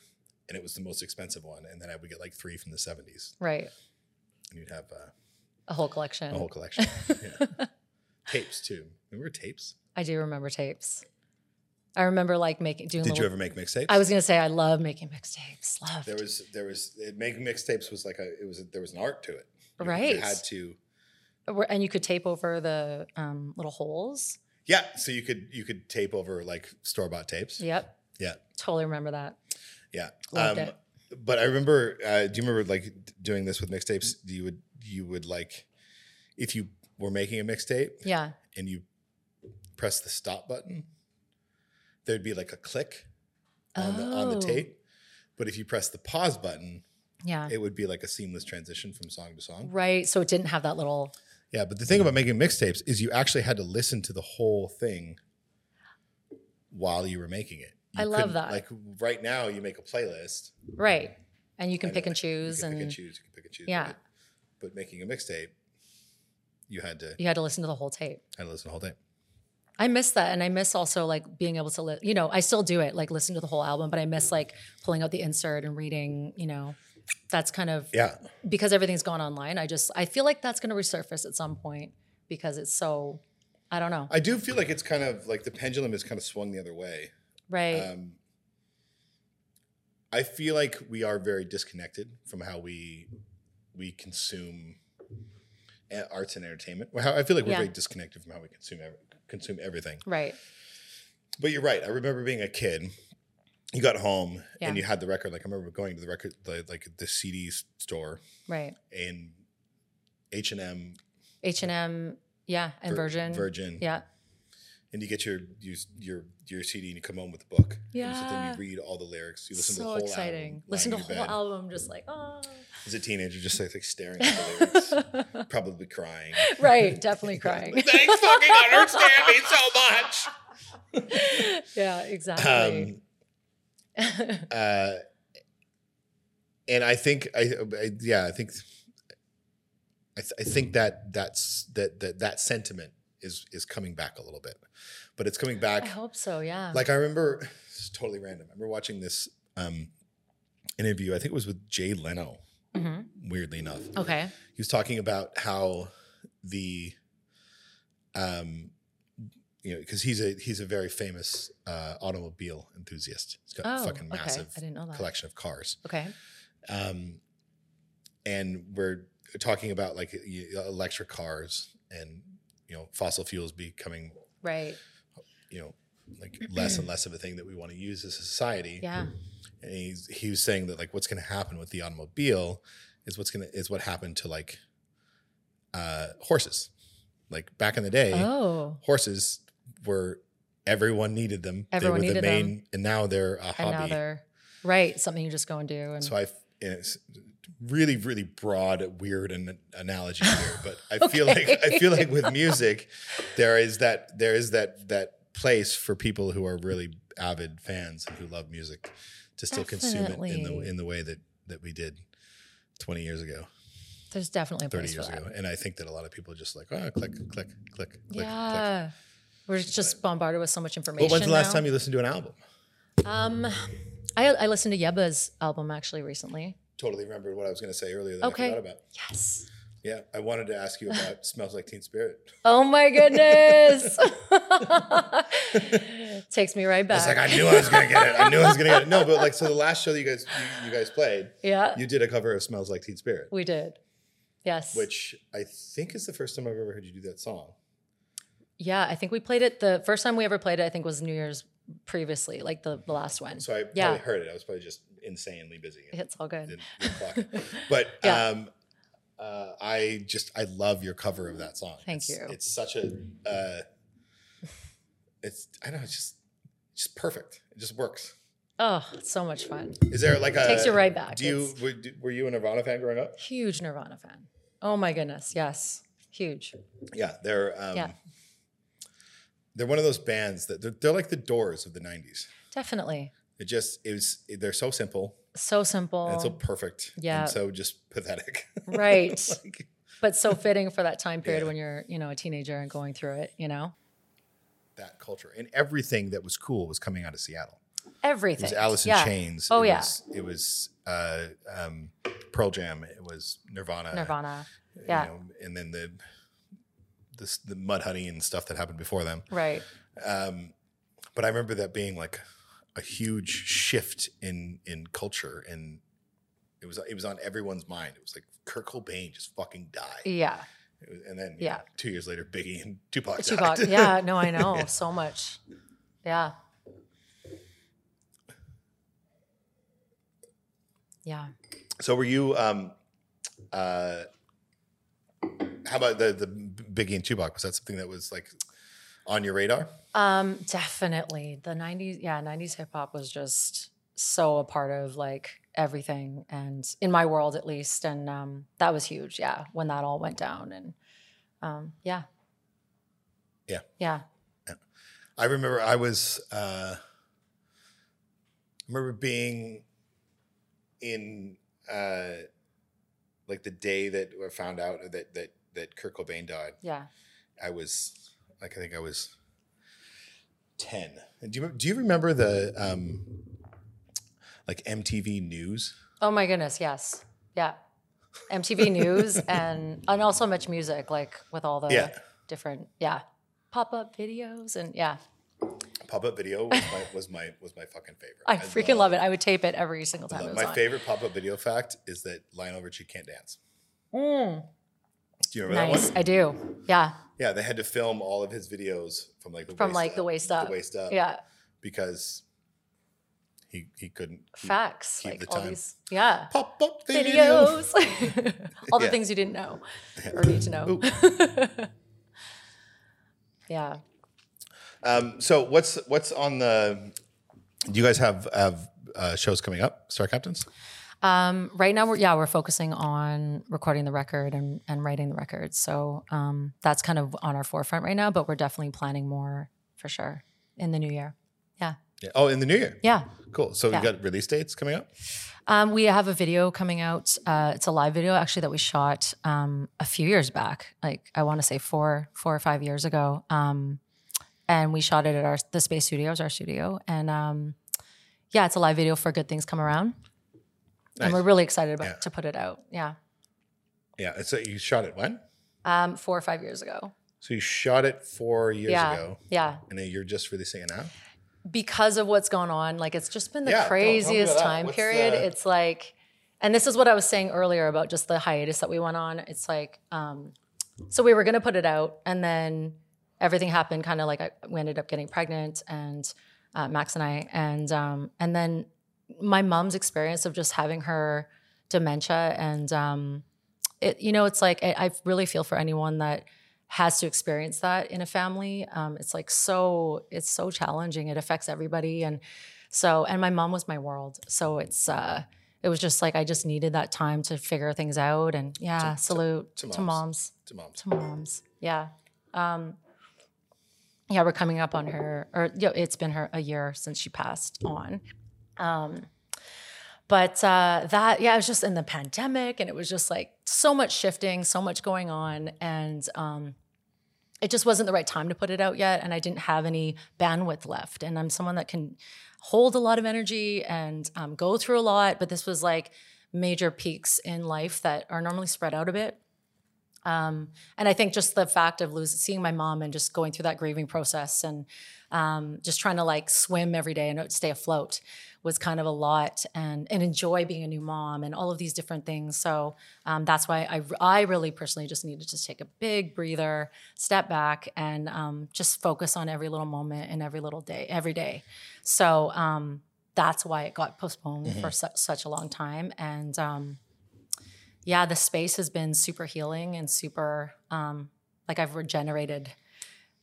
and it was the most expensive one and then I would get like three from the 70s Right. and you'd have uh, A whole collection. a whole *laughs* collection. Yeah. tapes too. Remember tapes? I do remember tapes. I remember like making doing. Did little, you ever make mixtapes? I was gonna say I love making mixtapes. Love. There was there was it, making mixtapes was like a it was a, there was an art to it. You- Right. You had to Where- and you could tape over the um, little holes. yeah. So you could you could tape over like store bought tapes. Yep, Yeah. totally remember that. Yeah. Um, Loved it. But I remember. Uh, do you remember like d- doing this with mixtapes? You would you would like if you were making a mixtape Yeah, and you press the stop button, there'd be like a click on the on the Oh. tape. But if you press the pause button, yeah, it would be like a seamless transition from song to song. right. So it didn't have that little. Yeah, but the thing about making mixtapes is you actually had to listen to the whole thing while you were making it. You I love couldn't- that. Like right now, you make a playlist. Right, and you can pick and You choose, can and pick and choose. You can pick and choose. Yeah. But, but making a mixtape, you had to you had to listen to the whole tape. had to listen to the whole thing. I miss that, and I miss also like being able to, li- you know, I still do it, like listen to the whole album, but I miss like pulling out the insert and reading, you know. That's kind of Yeah. because everything's gone online. I just I feel like that's going to resurface at some point because it's so I don't know. I do feel like it's kind of like the pendulum is kind of swung the other way. Right. Um, I feel like we are very disconnected from how we we consume a- arts and entertainment. Well, how- I feel like we're Yeah. very disconnected from how we consume ev- consume everything. right. But you're right. I remember being a kid. You got home Yeah. and you had the record. Like I remember going to the record, the, like the CD store Right. in H and M H and M. Yeah. And Virgin. Virgin. Yeah. And you get your your your, your CD and you come home with the book. And so then Yeah. you read all the lyrics. You listen to the So whole exciting. album. Listen to lying the in your whole bed. album. Just like oh. As a teenager, just like, like staring at the *laughs* lyrics, probably crying. *laughs* right. Definitely crying. Thanks fucking understand me so much. "Oh." *laughs* *laughs* yeah. Exactly. uh, and I think I, I yeah I think I, th- I think that that's that that that sentiment is is coming back a little bit, but it's coming *laughs* I back hope so. Yeah. like I remember this is totally random. I remember watching this um, interview. I think it was with Jay Leno. Mhm. Weirdly enough, he Okay. was talking about how the um you know because he's a he's a very famous uh, automobile enthusiast. He's got Oh. fucking okay. massive I didn't know that. collection of cars. Okay. Um, and we're talking about like e- electric cars and you know fossil fuels becoming Right. you know like less and less of a thing that we want to use as a society. Yeah. And he's, he was saying that like what's going to happen with the automobile is what's going to is what happened to like uh, horses. Like back in the day, Oh. horses were everyone needed them. Everyone they were needed the them. main, and now they're a hobby. Another. Right. Something you just go and do. And So I, f- and it's really, really broad, weird an analogy *laughs* here, but I feel like Okay. I feel like *laughs* with music, there is that there is that that place for people who are really avid fans and who love music to still consume it in Definitely. the in the way that that we did. 20 years ago, there's definitely a 30 place for years that. ago. And I think that a lot of people are just like, oh, click, click, click, click, click. Yeah. We're just bombarded with so much information. Well, when's the last now. time you listened to an album? Um, I, I listened to Yeba's album actually recently. Totally remembered what I was going to say earlier that Okay. I forgot about. Yes. Yeah, I wanted to ask you *laughs* about Smells Like Teen Spirit. Oh *laughs* my goodness. *laughs* Takes me right It's back. like I knew I was gonna get it. I knew I was gonna get it. No, but like so the last show that you guys you, you guys played, yeah, you did a cover of "Smells Like Teen Spirit," we did. Yes. which I think is the first time I've ever heard you do that song. yeah, I think we played it. The first time we ever played it, I think, was New Year's previously, like the, the last one. So I Yeah. probably heard it. I was probably just insanely busy. and It's all good. didn't- didn't clock it. *laughs* But Yeah. um, uh, I just I love your cover of that song. Thank It's- you. It's such a uh, it's I don't know it's just just perfect. It just works. Oh, it's so much fun. Is there like a Takes you right back. Uh, Do you It's- were, were you a Nirvana fan growing up? Huge Nirvana fan. Oh my goodness. Yes. Huge. Yeah, they're um, Yeah. they're one of those bands that they're, they're like the Doors of the '90s. Definitely. It just it was they're so simple So simple. and so *laughs* perfect. Oh. Yeah. and so just pathetic. *laughs* right. Like, but so fitting for that time period Yeah. when you're you know a teenager and going through it you know that culture and everything that was cool was coming out of Seattle. It everything was Alice in yeah. Chains. Oh, it yeah. was, it was uh, um, Pearl Jam. It was Nirvana. nirvana you yeah know, and then the the, s- the Mudhoney and stuff that happened before them. right Um, but I remember that being like a huge shift in in culture, and it was it was on everyone's mind. It was like Kurt Cobain just fucking died, yeah It was- and then you know, Yeah. two years later, Biggie and Tupac. *laughs* But you got died. yeah no i know so much yeah yeah So were you? Um, uh, how about the the Biggie and Tupac? Was that something that was like on your radar? um definitely the 90s yeah 90s hip hop was just so a part of like everything and in my world at least and um that was huge yeah when that all went down and um yeah Yeah. yeah I remember I was uh, I remember being in uh, like the day that I found out that that that Kurt Cobain died. Yeah. I was like I think I was ten. And do you do you remember the um, like MTV News? Oh my goodness. Yes. Yeah. *laughs* MTV News and and also much music, like with all the Yeah. different yeah pop up videos and yeah. Pop up video was my, was my was my fucking favorite. I freaking love, it. I would tape it every single time it was my on. favorite pop up video fact is that Lionel Richie can't dance. Mm. Do you remember Nice. that one? I do. Yeah. Yeah, they had to film all of his videos from like the From waist like up, the waist up. the waist up, Yeah. because he he couldn't he- Facts. keep like the all time. these. Yeah. pop up video. Videos. *laughs* all the Yeah. things you didn't know or need to know. *laughs* yeah. Um, so what's what's on the? Do you guys have have uh, shows coming up? Star Captains. Um, right now, we're yeah, we're focusing on recording the record and, and writing the record. So um, that's kind of on our forefront right now. But we're definitely planning more for sure in the new year. Yeah, Yeah. Oh, in the new year. yeah. Cool. So Yeah. we got release dates coming up. Um, we have a video coming out. Uh, it's a live video actually that we shot um, a few years back. Like I want to say four, four or five years ago. Um, and we shot it at our the Space Studios, our studio. And um, yeah, it's a live video for Good Things Come Around. Nice. And we're really excited about Yeah. to put it out. Yeah. Yeah. So you shot it when? Um, four or five years ago. So you shot it four years yeah. ago, Yeah. and then you're just releasing it now. Because of what's going on, like it's just been the Yeah, tell- tell me about craziest that. time What's period. the- It's like, and this is what I was saying earlier about just the hiatus that we went on. It's like, um, so we were going to put it out and then everything happened kind of like I, we ended up getting pregnant and uh, Max and I, and, um, and then my mom's experience of just having her dementia and, um, it, you know, it's like, I, I really feel for anyone that has to experience that in a family. Um, it's like so, it's so challenging. It affects everybody. And so, and my mom was my world. So it's, uh, it was just like, I just needed that time to figure things out. And yeah, To- to- salute to to moms. moms To mom's. to moms. Yeah. Um, yeah, we're coming up on her, or you know, it's been her a year since she passed on. Um, but uh, that, yeah, it was just in the pandemic, and it was just like so much shifting, so much going on, and um, it just wasn't the right time to put it out yet. And I didn't have any bandwidth left, and I'm someone that can hold a lot of energy and um, go through a lot, but this was like major peaks in life that are normally spread out a bit. Um, and I think just the fact of losing, seeing my mom and just going through that grieving process and um, just trying to like swim every day and stay afloat was kind of a lot and, and enjoy being a new mom and all of these different things. So um, that's why I, I really personally just needed to take a big breather, step back and um, just focus on every little moment and every little day, every day. So um, that's why it got postponed for su- such a long time. And, um, yeah, the space has been super healing and super um, like I've regenerated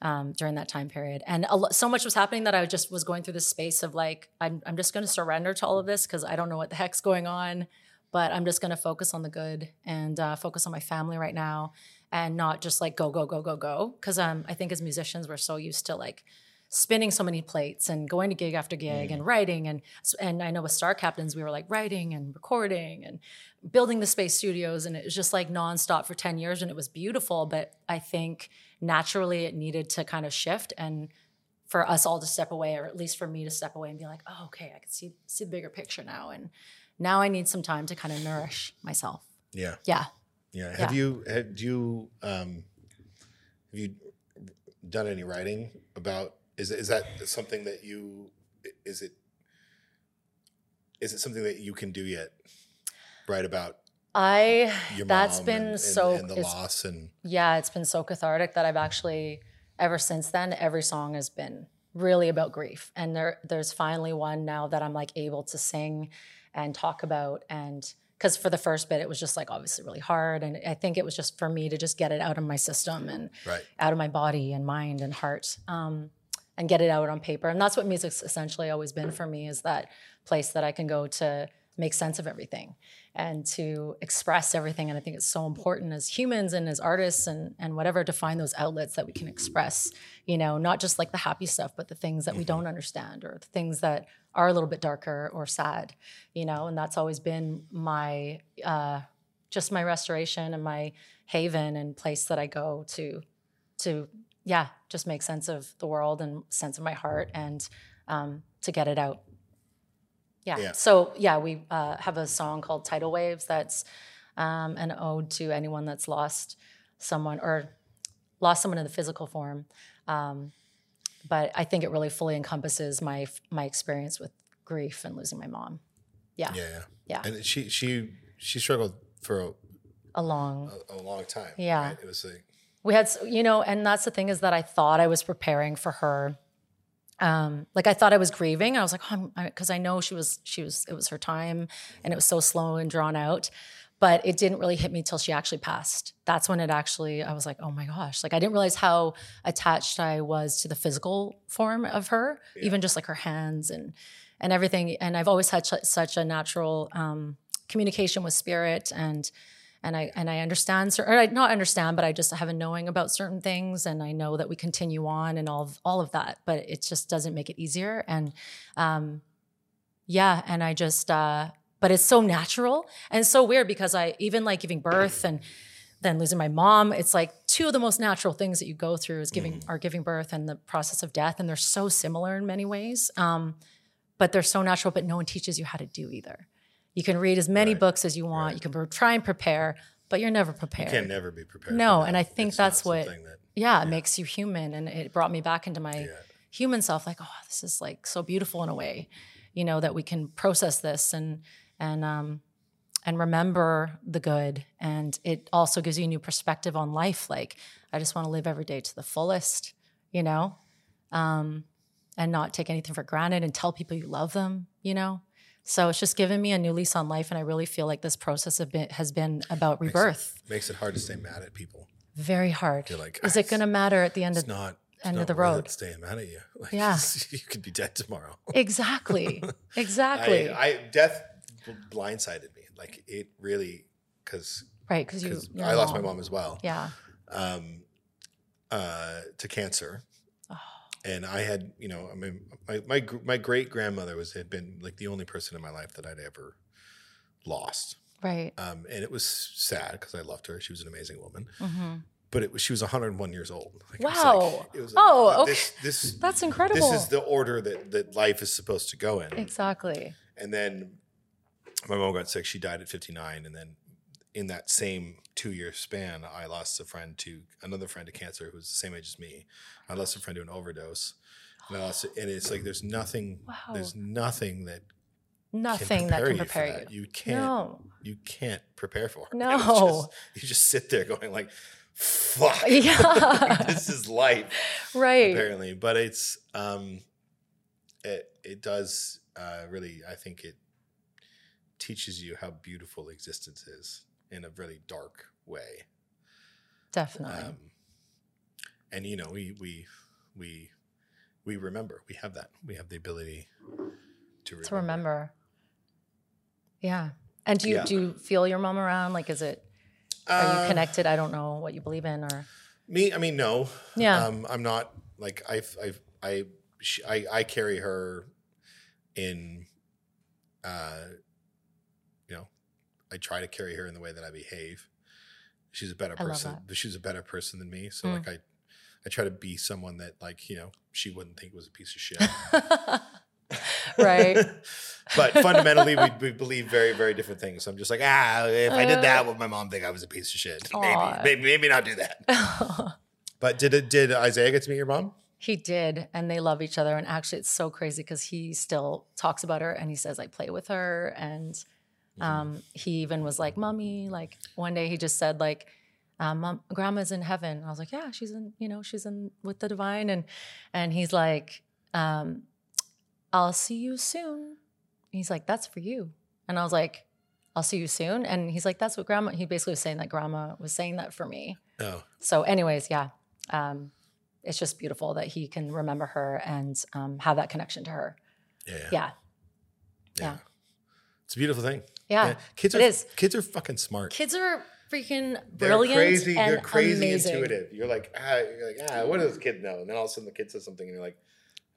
um, during that time period. And a lo- so much was happening that I just was going through this space of like, I'm, I'm just going to surrender to all of this because I don't know what the heck's going on, but I'm just going to focus on the good and uh, focus on my family right now and not just like go, go, go, go, go. Because um, I think as musicians, we're so used to like, spinning so many plates and going to gig after gig and writing and and I know with Star Captains we were like writing and recording and building the space studios and it was just like nonstop for 10 years and it was beautiful but I think naturally it needed to kind of shift and for us all to step away or at least for me to step away and be like oh okay I can see see the bigger picture now and now I need some time to kind of nourish myself Yeah. yeah Yeah. Have Yeah. you had do you um have you done any writing about is is that something that you is it is it something that you can do yet? Write about I your That's mom been and, and- so- and the it's- loss and yeah, it's been so cathartic that I've actually ever since then every song has been really about grief. And there there's finally one now that I'm like able to sing and talk about and cuz for the first bit it was just like obviously really hard and I think it was just for me to just get it out of my system and right. out of my body and mind and heart um, and get it out on paper and that's what music's essentially always been for me is that place that i can go to make sense of everything and to express everything and i think it's so important as humans and as artists and, and whatever to find those outlets that we can express you know not just like the happy stuff but the things that we don't understand or the things that are a little bit darker or sad you know and that's always been my uh, just my restoration and my haven and place that i go to to yeah just make sense of the world and sense of my heart and um, to get it out yeah. Yeah. so yeah we uh, have a song called tidal waves that's um, an ode to anyone that's lost someone or lost someone in the physical form um, but i think it really fully encompasses my my experience with grief and losing my mom yeah Yeah, yeah. Yeah. And she she she struggled for a, a long. a, a long time. Yeah. right? It was like We had, s- you know, and that's the thing is that I thought I was preparing for her. Um, like I thought I was grieving. I was like, oh, I'm, because I know she was, she was, it was her time, and it was so slow and drawn out. But it didn't really hit me till she actually passed. That's when it actually, I was like, oh my gosh! Like I didn't realize how attached I was to the physical form of her, even just like her hands and and everything. And I've always had su- such a natural um, communication with spirit and and I and I understand cer- or I not understand, but I just have a knowing about certain things, and I know that we continue on and all of, all of that. But it just doesn't make it easier, and um, yeah, and I just uh, but it's so natural and so weird because I even like giving birth and then losing my mom. It's like two of the most natural things that you go through is giving are giving birth and the process of death, and they're so similar in many ways. Um, but they're so natural, but no one teaches you how to do either. You can read as many Right. books as you want. You can pre- try and prepare, but you're never prepared. can never be prepared. for No, that. and I think It's not that's what- something that- yeah, it makes you human, and it brought me back into my Yeah. human self. Like, oh, this is like so beautiful in a way, you know, that we can process this and and um and remember the good, and it also gives you a new perspective on life. Like, I just want to live every day to the fullest, you know, um, and not take anything for granted, and tell people you love them, you know. So it's just given me a new lease on life, and I really feel like this process have been, has been about rebirth. makes it hard to stay mad at people. Very hard. You're like, is it going to matter at the end of It's not it's End of not the worth it road. Staying mad at you. *laughs* Like, Yeah. you could be dead tomorrow. *laughs* Exactly. Exactly. I, Right, 'cause I death bl- blindsided me. Like it really because right. Because you, you're I lost my alone. mom as well. Yeah. um, uh, to cancer. Oh. And I had, you know, I mean, my my, gr- my great grandmother was had been like the only person in my life that I'd ever lost, Right. um, and it was sad because I loved her. She was an amazing woman, hmm but it was she was 101 years old. Like, it was Wow. like- it was Oh, This this, That's this incredible. is the order that that life is supposed to go in. exactly. And then my mom got sick. She died at 59. And then in that same two year span, I lost a friend to another friend to cancer who was the same age as me. I lost a friend to an overdose. And I lost it. And it's like there's nothing, Wow. there's nothing that Nothing that can prepare you. for that. You can't, No. you can't prepare for it. *laughs* No. It's just- you just sit there going like, fuck, Yeah. *laughs* this is life Right. apparently but it's um it it does uh really i think it teaches you how beautiful existence is in a really dark way Definitely. um and you know we we we we remember we have that we have the ability to remember, to remember. Yeah. And do you Yeah. do you feel your mom around? Like, is it are you Uh, connected? I don't know what you believe in, or me i mean no yeah, um i'm not like i've i've i she, i i carry her in uh you know i try to carry her in the way that i behave she's a better I love person that. but she's a better person than me so Mm. like i i try to be someone that like you know she wouldn't think was a piece of shit *laughs* um, right? *laughs* *laughs* but fundamentally we, we believe very very different things so i'm just like ah if i did that would my mom think i was a piece of shit *laughs* Uh. Aw. maybe, maybe maybe not do that but did it did isaiah get to meet your mom He did, and they love each other. And actually, it's so crazy because he still talks about her, and he says I play with her, and Mm-hmm. um, he even was like, "Mommy." Like one day, he just said, "Like, uh, mom, Grandma's in heaven." And I was like, "Yeah, she's in. You know, she's in with the divine." And and he's like, um, "I'll see you soon." He's like, "That's for you," and I was like. I'll see you soon. And he's like, that's what grandma, he basically was saying that grandma was saying that for me. no So, anyways, yeah, um, it's just beautiful that he can remember her and um, have that connection to her. Yeah, Yeah. It's a beautiful thing. yeah. Kids it are is. kids are fucking smart. Kids are freaking They're brilliant crazy. and they're crazy amazing. intuitive. You're like, ah, you're like, ah, what does this kid know? And then all of a sudden the kid says something and you're like,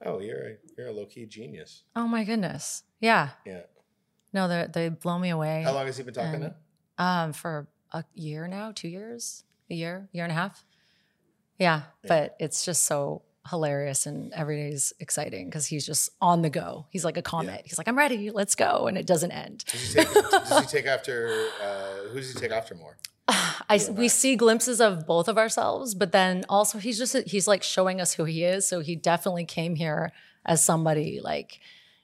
Oh, you're a you're a low key genius. Oh my goodness. Yeah. Yeah. No, they they blow me away. How long has he been talking And- now? Um, for a year now, two years, a year, year and a half. Yeah, Yeah. but it's just so hilarious and every day is exciting because he's just on the go. He's like a comet. He's like, I'm ready. Let's go, and it doesn't end. Does he take does he take after uh, who does he take after more? *sighs* I s- we see glimpses of both of ourselves, but then also he's just he's like showing us who he is. So he definitely came here as somebody like,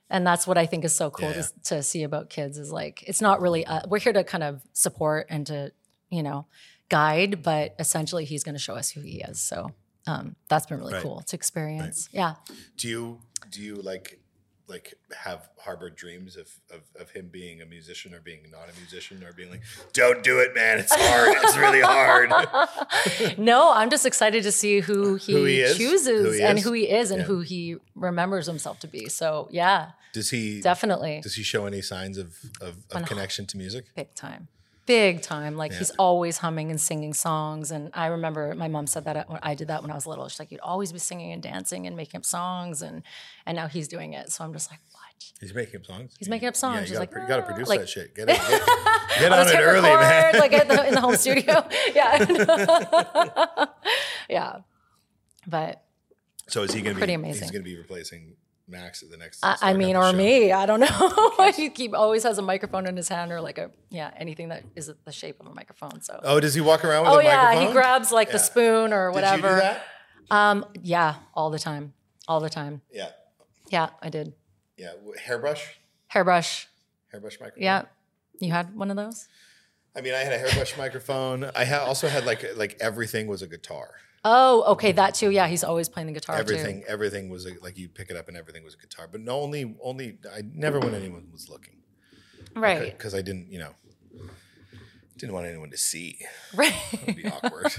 and that's what I think is so cool Yeah, To, to see about kids is like it's not really uh, we're here to kind of support and to you know, guide, but essentially he's going to show us who he is. So um, that's been really Right. cool to experience. Yeah. Do you do you like like have harbored dreams of, of of him being a musician or being not a musician or being like, don't do it, man. It's hard. It's really *laughs* hard. no, I'm just excited to see who he, Who he is, chooses who he and is. who he is and Yeah. who he remembers himself to be. So yeah, Does he definitely does he show any signs of of, of connection to music? big time. Big time. Like he's always humming and singing songs. And I remember my mom said that when I did that when I was little. She's like, you'd always be singing and dancing and making up songs. And and now he's doing it. So I'm just like, what? He's making up songs. He's making up songs. Yeah, you gotta, He's like, pr- you gotta "Ah," produce like- that shit. Get, it, *laughs* get, get on Let's it hit early, man. record, *laughs* Like at the, in the home studio. *laughs* Yeah. *laughs* yeah. But so is he gonna Pretty be amazing. he's gonna be replacing Max at the next I, I Stargate mean, or show? me, I don't *laughs* know. he keep always has a microphone in his hand or like a, yeah, anything that is the shape of a microphone. So, Oh, does he walk around with oh a yeah, microphone? he grabs like the Yeah. spoon or Did you whatever. do that? Um, yeah, all the time, all the time. Yeah. Yeah, I did. Yeah. W- Hairbrush? Hairbrush. Hairbrush microphone? Yeah, you had one of those. I mean, I had a hairbrush microphone. I ha- also had like like everything was a guitar. Oh, okay, that too. Yeah, he's always playing the guitar everything too. everything was a, like you pick it up and everything was a guitar. But no, only only I never when anyone was looking Right, because I didn't you know didn't want anyone to see. *laughs* right. It'd be *laughs* awkward.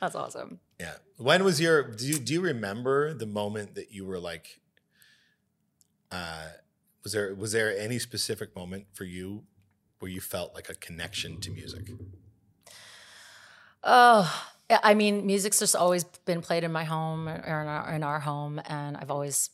That's awesome. yeah. When was your do you, do you remember the moment that you were like? Uh, was there was there any specific moment for you where you felt like a connection to music? Oh, I I mean, music's just always been played in my home or in our, in our home, and I've always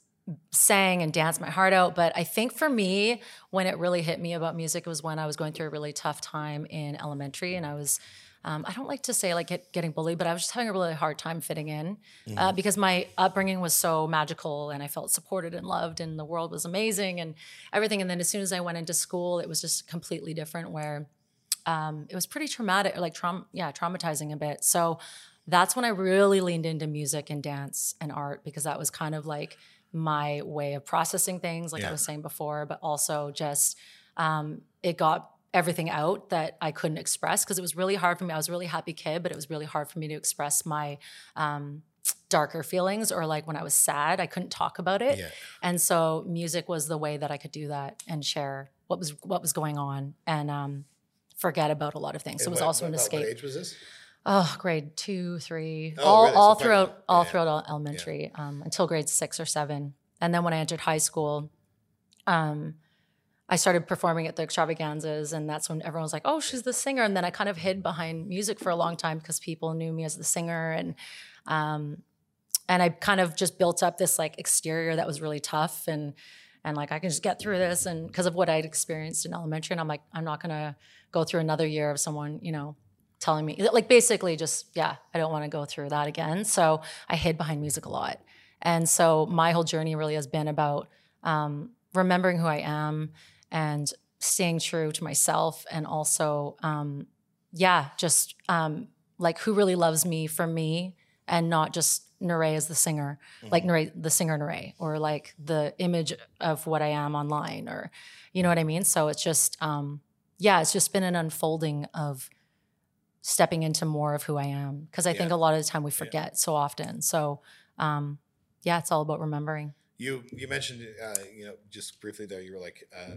sang and danced my heart out. But I think for me, when it really hit me about music was when I was going through a really tough time in elementary, and I was. Um, I don't like to say like get, getting bullied, but I was just having a really hard time fitting in uh, because my upbringing was so magical and I felt supported and loved, and the world was amazing and everything. And then as soon as I went into school, it was just completely different. Where um, it was pretty traumatic, like traum, yeah, traumatizing a bit. So that's when I really leaned into music and dance and art because that was kind of like my way of processing things, like Yeah. I was saying before, but also just um, it got everything out that I couldn't express because it was really hard for me. I was a really happy kid, but it was really hard for me to express my um, darker feelings or like when I was sad, I couldn't talk about it. Yeah. And so music was the way that I could do that and share what was what was going on and um, forget about a lot of things. So it And was what- also what an about- escape. What age was this? Oh, grade two, three, Oh, all really? So all quite throughout young. Yeah, all yeah. throughout elementary um, until grade six or seven, and then when I entered high school, um, I started performing at the extravaganzas, and that's when everyone was like, "Oh, she's the singer." And then I kind of hid behind music for a long time because people knew me as the singer, and um, and I kind of just built up this like exterior that was really tough and and like I can just get through this and because of what I'd experienced in elementary and I'm like I'm not gonna go through another year of someone you know telling me like basically just yeah I don't want to go through that again so I hid behind music a lot and so my whole journey really has been about um, remembering who I am and staying true to myself and also um, yeah just um, like who really loves me for me and not just Nure as the singer, Mm-hmm. like Nure, the singer Nure, or like the image of what I am online, or you know what I mean? So it's just, um, yeah, it's just been an unfolding of stepping into more of who I am. Cause I think Yeah. a lot of the time we forget so often. So, um, yeah, it's all about remembering. You you mentioned uh, you know just briefly there you were like uh,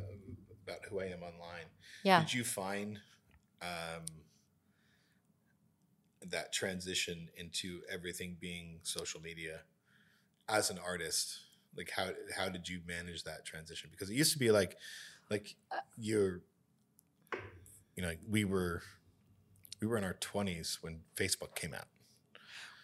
about who I am online. Yeah. Did you find um, that transition into everything being social media as an artist? Like how how did you manage that transition? Because it used to be like like you're you know we were we were in our twenties when Facebook came out.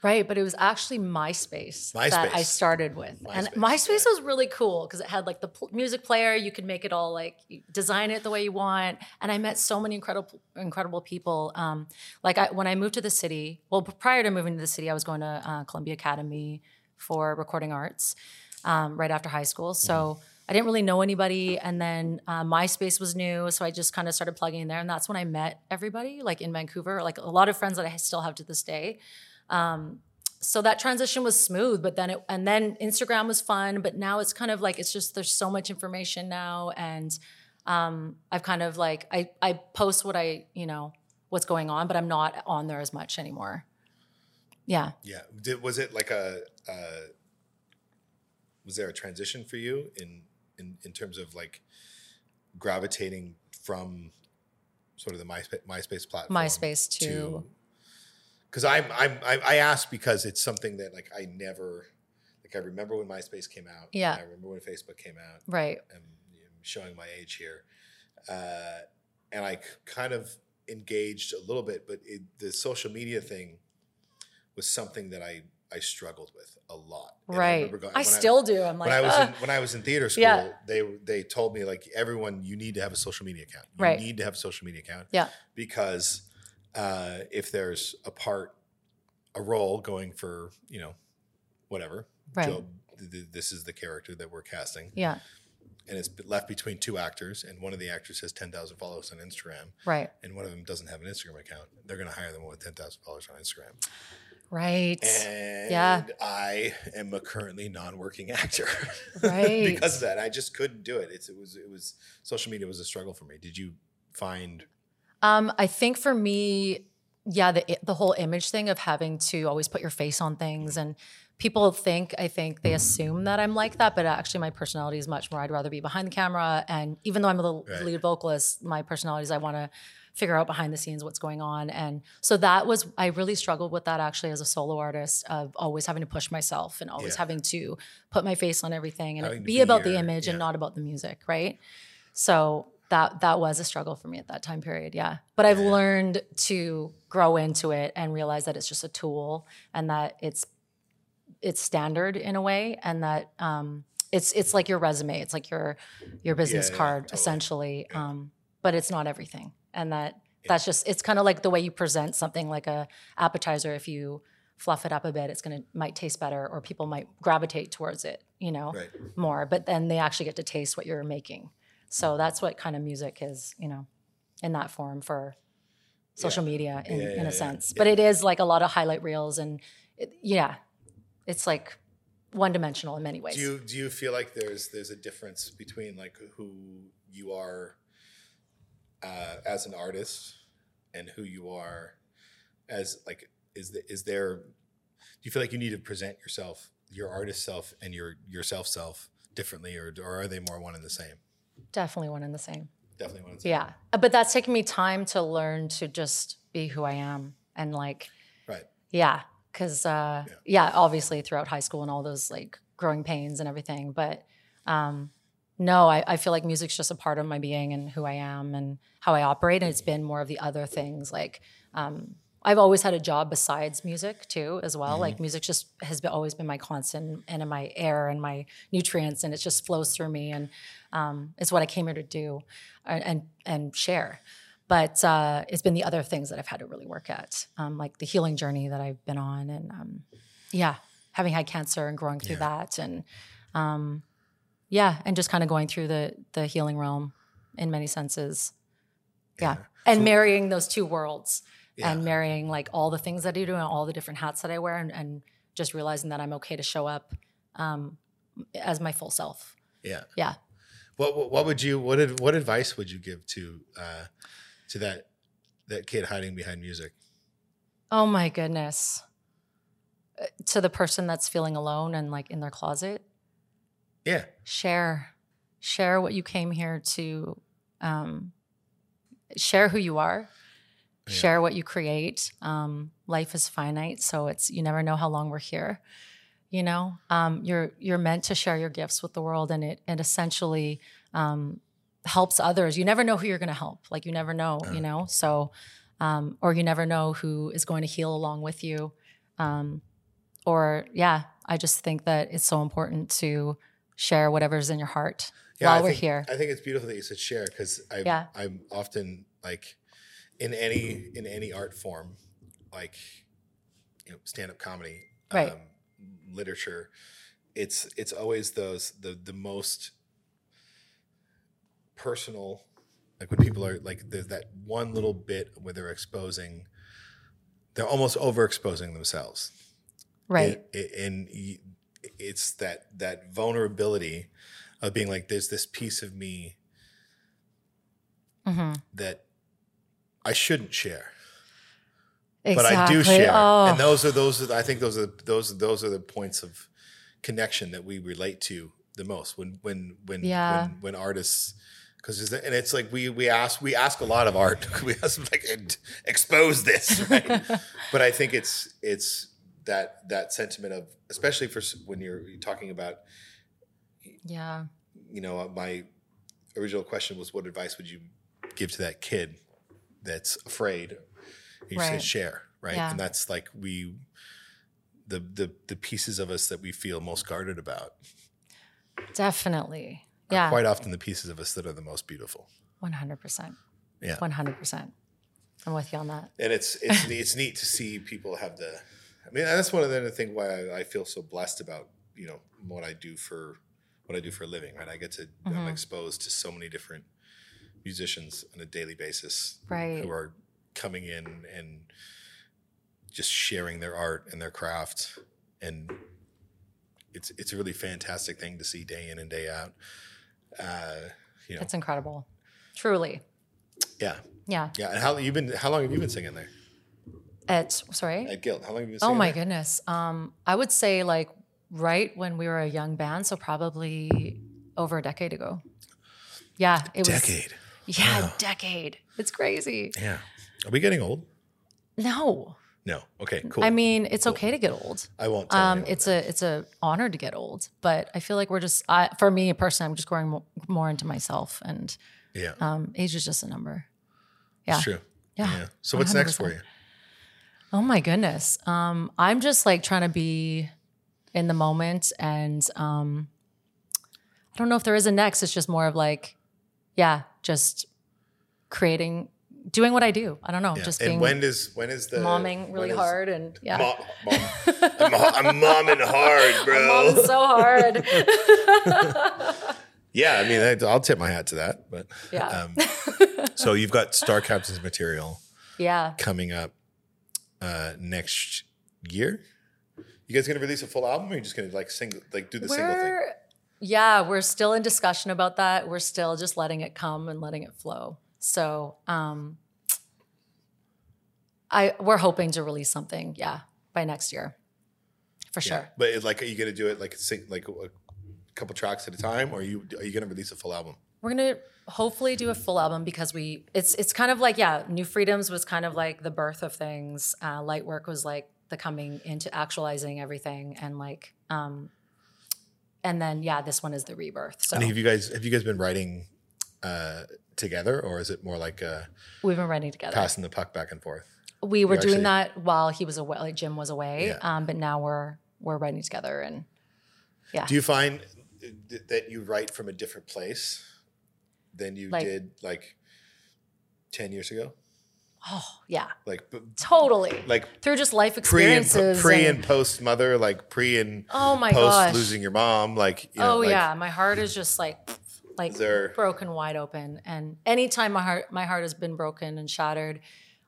Right, but it was actually MySpace, that I MySpace. started with, and MySpace, MySpace yeah. was really cool because it had like the pl- music player. You could make it all like you design it the way you want, and I met so many incredible, incredible people. Um, like I, when I moved to the city, well, prior to moving to the city, I was going to uh, Columbia Academy for recording arts um, right after high school, so. Mm-hmm. I didn't really know anybody, and then uh, MySpace was new, so I just kind of started plugging in there, and that's when I met everybody, like in Vancouver, like a lot of friends that I still have to this day so that transition was smooth but then it and then instagram was fun but now it's kind of like it's just there's so much information now and um i've kind of like i i post what i you know what's going on, but I'm not on there as much anymore. Yeah. Yeah. Did, was it like a, uh, was there a transition for you in, in, in terms of like gravitating from sort of the MySpace, MySpace platform? MySpace to- Because I'm, I'm, I I asked because it's something that like I never, like I remember when MySpace came out. Yeah. I remember when Facebook came out. Right. I'm, I'm showing my age here, uh, and I c- kind of engaged a little bit, but it, the social media thing was something that I I struggled with a lot. And right. I, remember going- when still do. I'm like, when I was "Ugh." in, when I was in theater school, *laughs* Yeah. they they told me like everyone, you need to have a social media account. You Right. need to have a social media account. Yeah. Because uh, if there's a part, a role going for you know, whatever, Right. Joe, th- th- this is the character that we're casting, yeah. and it's left between two actors, and one of the actors has ten thousand followers on Instagram, Right. and one of them doesn't have an Instagram account. They're going to hire them with ten thousand followers on Instagram. Right. And Yeah. I am a currently non-working actor. *laughs* Right. because of that. I just couldn't do it. It's, it was it was social media was a struggle for me. Did you find Um, I think for me, yeah, the i- the whole image thing of having to always put your face on things and people think I think they assume that I'm like that, but actually my personality is much more. I'd rather be behind the camera, and even though I'm the Right. lead vocalist, my personality is I want to figure out behind the scenes what's going on, and so that was I really struggled with that actually as a solo artist of always having to push myself and always Yeah. having to put my face on everything and Having to it be, be about the your- image yeah. and not about the music, right? So that that was a struggle for me at that time period. Yeah. But I've Yeah. learned to grow into it and realize that it's just a tool and that it's it's standard in a way and that um it's it's like your resume, it's like your your business Yeah, yeah, card totally. essentially. Yeah. Um but it's not everything. And that Yeah. that's just it's kind of like the way you present something like a appetizer if you fluff it up a bit it's going to might taste better or people might gravitate towards it, you know right? more, but then they actually get to taste what you're making. Mm. So that's what kind of music is, you know, in that form for social media in, Yeah, yeah, in a yeah, sense. yeah. But it is like a lot of highlight reels and it, yeah, it's like one dimensional in many ways. Do you do you feel like there's there's a difference between like who you are uh, as an artist and who you are as like is the, is there do you feel like you need to present yourself your artist self and your yourself self differently or, or are they more one and the same? Definitely one and the same. Definitely one and the same. Yeah. Uh, But that's taken me time to learn to just be who I am and like, Right. yeah, because, uh, Yeah. yeah. obviously throughout high school and all those like growing pains and everything. But um, no, I, I feel like music's just a part of my being and who I am and how I operate. And it's been more of the other things. Like, um, I've always had a job besides music too, as well. Like, music just has been, always been my constant and in my air and my nutrients, and it just flows through me. And um, it's what I came here to do and and, and share. But uh, it's been the other things that I've had to really work at, um, like the healing journey that I've been on, and um, yeah, having had cancer and growing through Yeah. that, and um, yeah, and just kind of going through the the healing realm in many senses. Yeah. And So- marrying those two worlds Yeah. and marrying like all the things that I do and all the different hats that I wear and, and just realizing that I'm okay to show up um, as my full self. Yeah. Yeah. What, what what would you what ad, what advice would you give to uh, to that that kid hiding behind music? Oh my goodness. Uh, To the person that's feeling alone and like in their closet, Yeah, share, share what you came here to, um, share who you are, Yeah. share what you create. Um, life is finite, so it's you never know how long we're here. You know, um, you're you're meant to share your gifts with the world, and it it essentially um, helps others. You never know who you're going to help. Like you never know, Uh-huh. you know. So, um, or you never know who is going to heal along with you. Um, or yeah, I just think that it's so important to share whatever's in your heart yeah. while I we're think- here. I think it's beautiful that you said share because I Yeah. I'm often like in any in any art form, like you know stand up comedy, um, Right. literature. It's it's always those the the most personal like when people are like there's that one little bit where they're exposing they're almost overexposing themselves right. I- I- and y- it's that that vulnerability of being like, there's this piece of me hmm Mm-hmm. that I shouldn't share. but I do Exactly. share. Oh. And those are those. Are, I think those are those. Those are the points of connection that we relate to the most when when when Yeah. when, when artists. Because and it's like we we ask we ask a lot of art. *laughs* We ask like "And expose this, *laughs* right? but I think it's it's that that sentiment of especially for s- when you're talking about *laughs* Yeah. you know uh, my original question was what advice would you give to that kid that's afraid and you Right. said share right Yeah. and that's like we the, the the pieces of us that we feel most guarded about Definitely. are Yeah. quite often the pieces of us that are the most beautiful One hundred percent. Yeah. One hundred percent. I'm with you on that. and it's *laughs* it's ne- it's neat to see people have the i mean that's one of the other thing why I, I feel so blessed about you know what i do for what i do for a living right i get to i'm Mhm. exposed to so many different musicians on a daily basis Right. who are coming in and just sharing their art and their craft and it's it's a really fantastic thing to see day in and day out uh you know It's incredible. Truly. yeah Yeah. yeah and how you've been how long have you been singing there It's sorry. at guild how long have you been singing Oh my there? goodness. Um, I would say like right when we were a young band, so probably over a decade ago. Yeah, it was. decade Yeah, decade. It's crazy. yeah are we getting old No, no okay cool I mean it's okay to get old. i won't tell Um, anyone it's that. a it's a honor to get old, but I feel like we're just I, for me personally, I'm just growing mo- more into myself, and yeah um, age is just a number. yeah. it's true Yeah. yeah so what's next for you 100%. Oh my goodness. Um, I'm just like trying to be in the moment and um I don't know if there is a next. It's just more of like, yeah, just creating doing what I do. I don't know. yeah. Just and being when is when is the momming really when is- hard and yeah. *laughs* Mom, mom. I'm, I'm momming hard, bro. Momming so hard. *laughs* Yeah, I mean, I- I'll tip my hat to that. But *laughs* Yeah. um, so you've got Star Captain's material yeah. coming up uh, next year. You guys gonna release a full album, or you just gonna like sing, like do the single thing? We're yeah, we're still in discussion about that. We're still just letting it come and letting it flow. So um I we're hoping to release something, yeah, by next year. For Yeah. sure. But it, like, are you gonna do it like sing like a couple tracks at a time, or are you are you gonna release a full album? We're gonna hopefully do a full album because we it's it's kind of like, yeah, New Freedoms was kind of like the birth of things. Uh light work was like the coming into actualizing everything and like um and then yeah, this one is the rebirth. So And have you guys have you guys been writing uh, together, or is it more like uh, we've been writing together. passing the puck back and forth? we were You doing actually- that while he was away like jim was away Yeah. um, but now we're we're writing together and Do you find th- that you write from a different place than you Like- did like 10 years ago? oh yeah Like b- totally like through just life pre and experiences po- pre and- and post mother, like pre and oh my post gosh losing your mom, like you know, oh like, yeah my heart is just *sniffs* like like Is there- broken wide open and anytime my heart my heart has been broken and shattered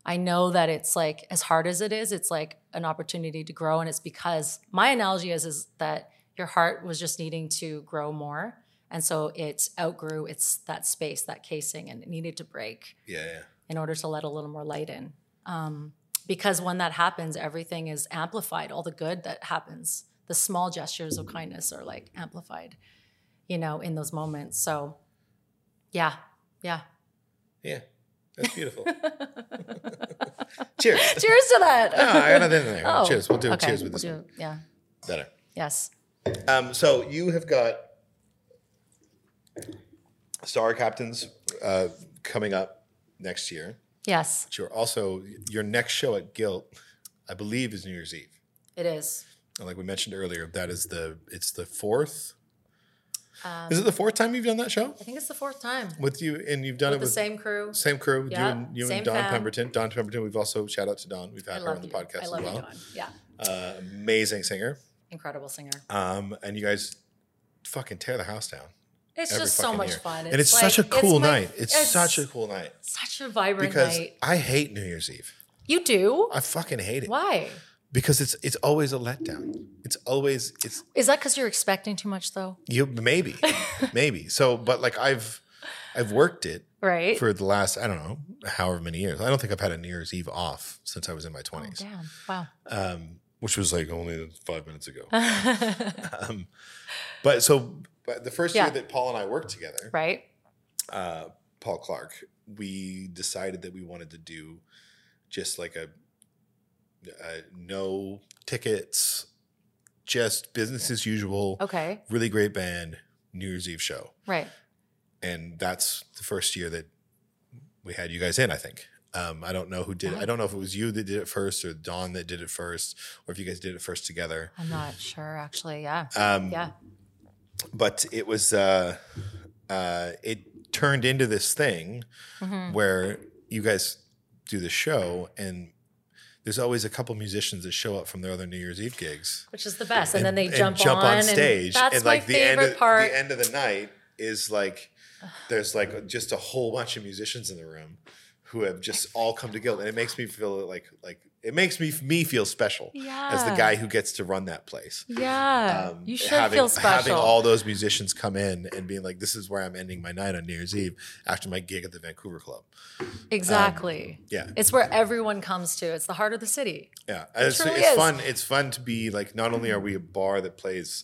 i know that it's like as hard as it is it's like an opportunity to grow and it's because my analogy is is that your heart was just needing to grow more and so it outgrew its that space that casing and it needed to break yeah, yeah. in order to let a little more light in. Um, because when that happens, everything is amplified. All the good that happens, the small gestures of kindness are like amplified, you know, in those moments. So, *laughs* yeah, yeah. Yeah. *laughs* That's beautiful. Cheers. Cheers to that. No, I got nothing in there. Oh, Cheers. We'll do okay. cheers with this We'll one. do- Yeah. Better. Yes. Um, so you have got Star Captains uh, coming up next year. Yes. Sure. Also, your next show at Guilt, I believe, is New Year's Eve. It is. And like we mentioned earlier, that is the it's the fourth. is it the fourth time you've done that show Um, I think it's the fourth time with you? And you've done with it the with same crew. same crew, with Yeah, you and you same and Don fam. Pemberton. Don Pemberton. We've also shout out to Don. We've I had her on love the you. podcast I love as you, well. John. Yeah. Uh, amazing singer. Incredible singer. Um, and you guys fucking tear the house down. It's every just so fucking much year. fun. and it's such a like- cool my- night. It's, such a cool night such a vibrant because night. I hate New Year's Eve. You do? I fucking hate it Why? because it's it's always a letdown. It's always it's Is that because you're expecting too much though? *laughs* You maybe, maybe. So, but like I've, I've worked it Right. for the last I don't know however many years. I don't think I've had a New Year's Eve off since I was Oh, in my twenties, Oh, Damn. Wow. um, which was like only five minutes ago. um, but so, but the first Yeah. year that Paul and I worked together, right? uh, Paul Clark, we decided that we wanted to do just like a, a no tickets, just business as usual, Okay, really great band, New Year's Eve show. right. And that's the first year that we had you guys in, I think. Um, I don't know who did it. I don't know if it was you that did it first or Dawn that did it first or if you guys did it first together. I'm not sure actually. Yeah, Um, yeah, but it was uh, uh, it turned into this thing Mm. Mm-hmm. where you guys do the show and there's always a couple musicians that show up from their other New Year's Eve gigs Which is the best. And, then they and jump, on, and stage that's like my the end favorite of, part. the end of the night is like there's like just a whole bunch of musicians in the room who have just all come together and it makes me feel like like it makes me me feel special as the Yeah. guy who gets to run that place yeah. um, you should having, feel Having special. all those musicians come in and being like, "This is where I'm ending my night on New Year's Eve after my gig at the Vancouver Club." um, exactly. Yeah, It's where everyone comes to. It's the heart of the city. yeah. It's, truly it's is. fun. It's fun to be like. Not only are we a bar that plays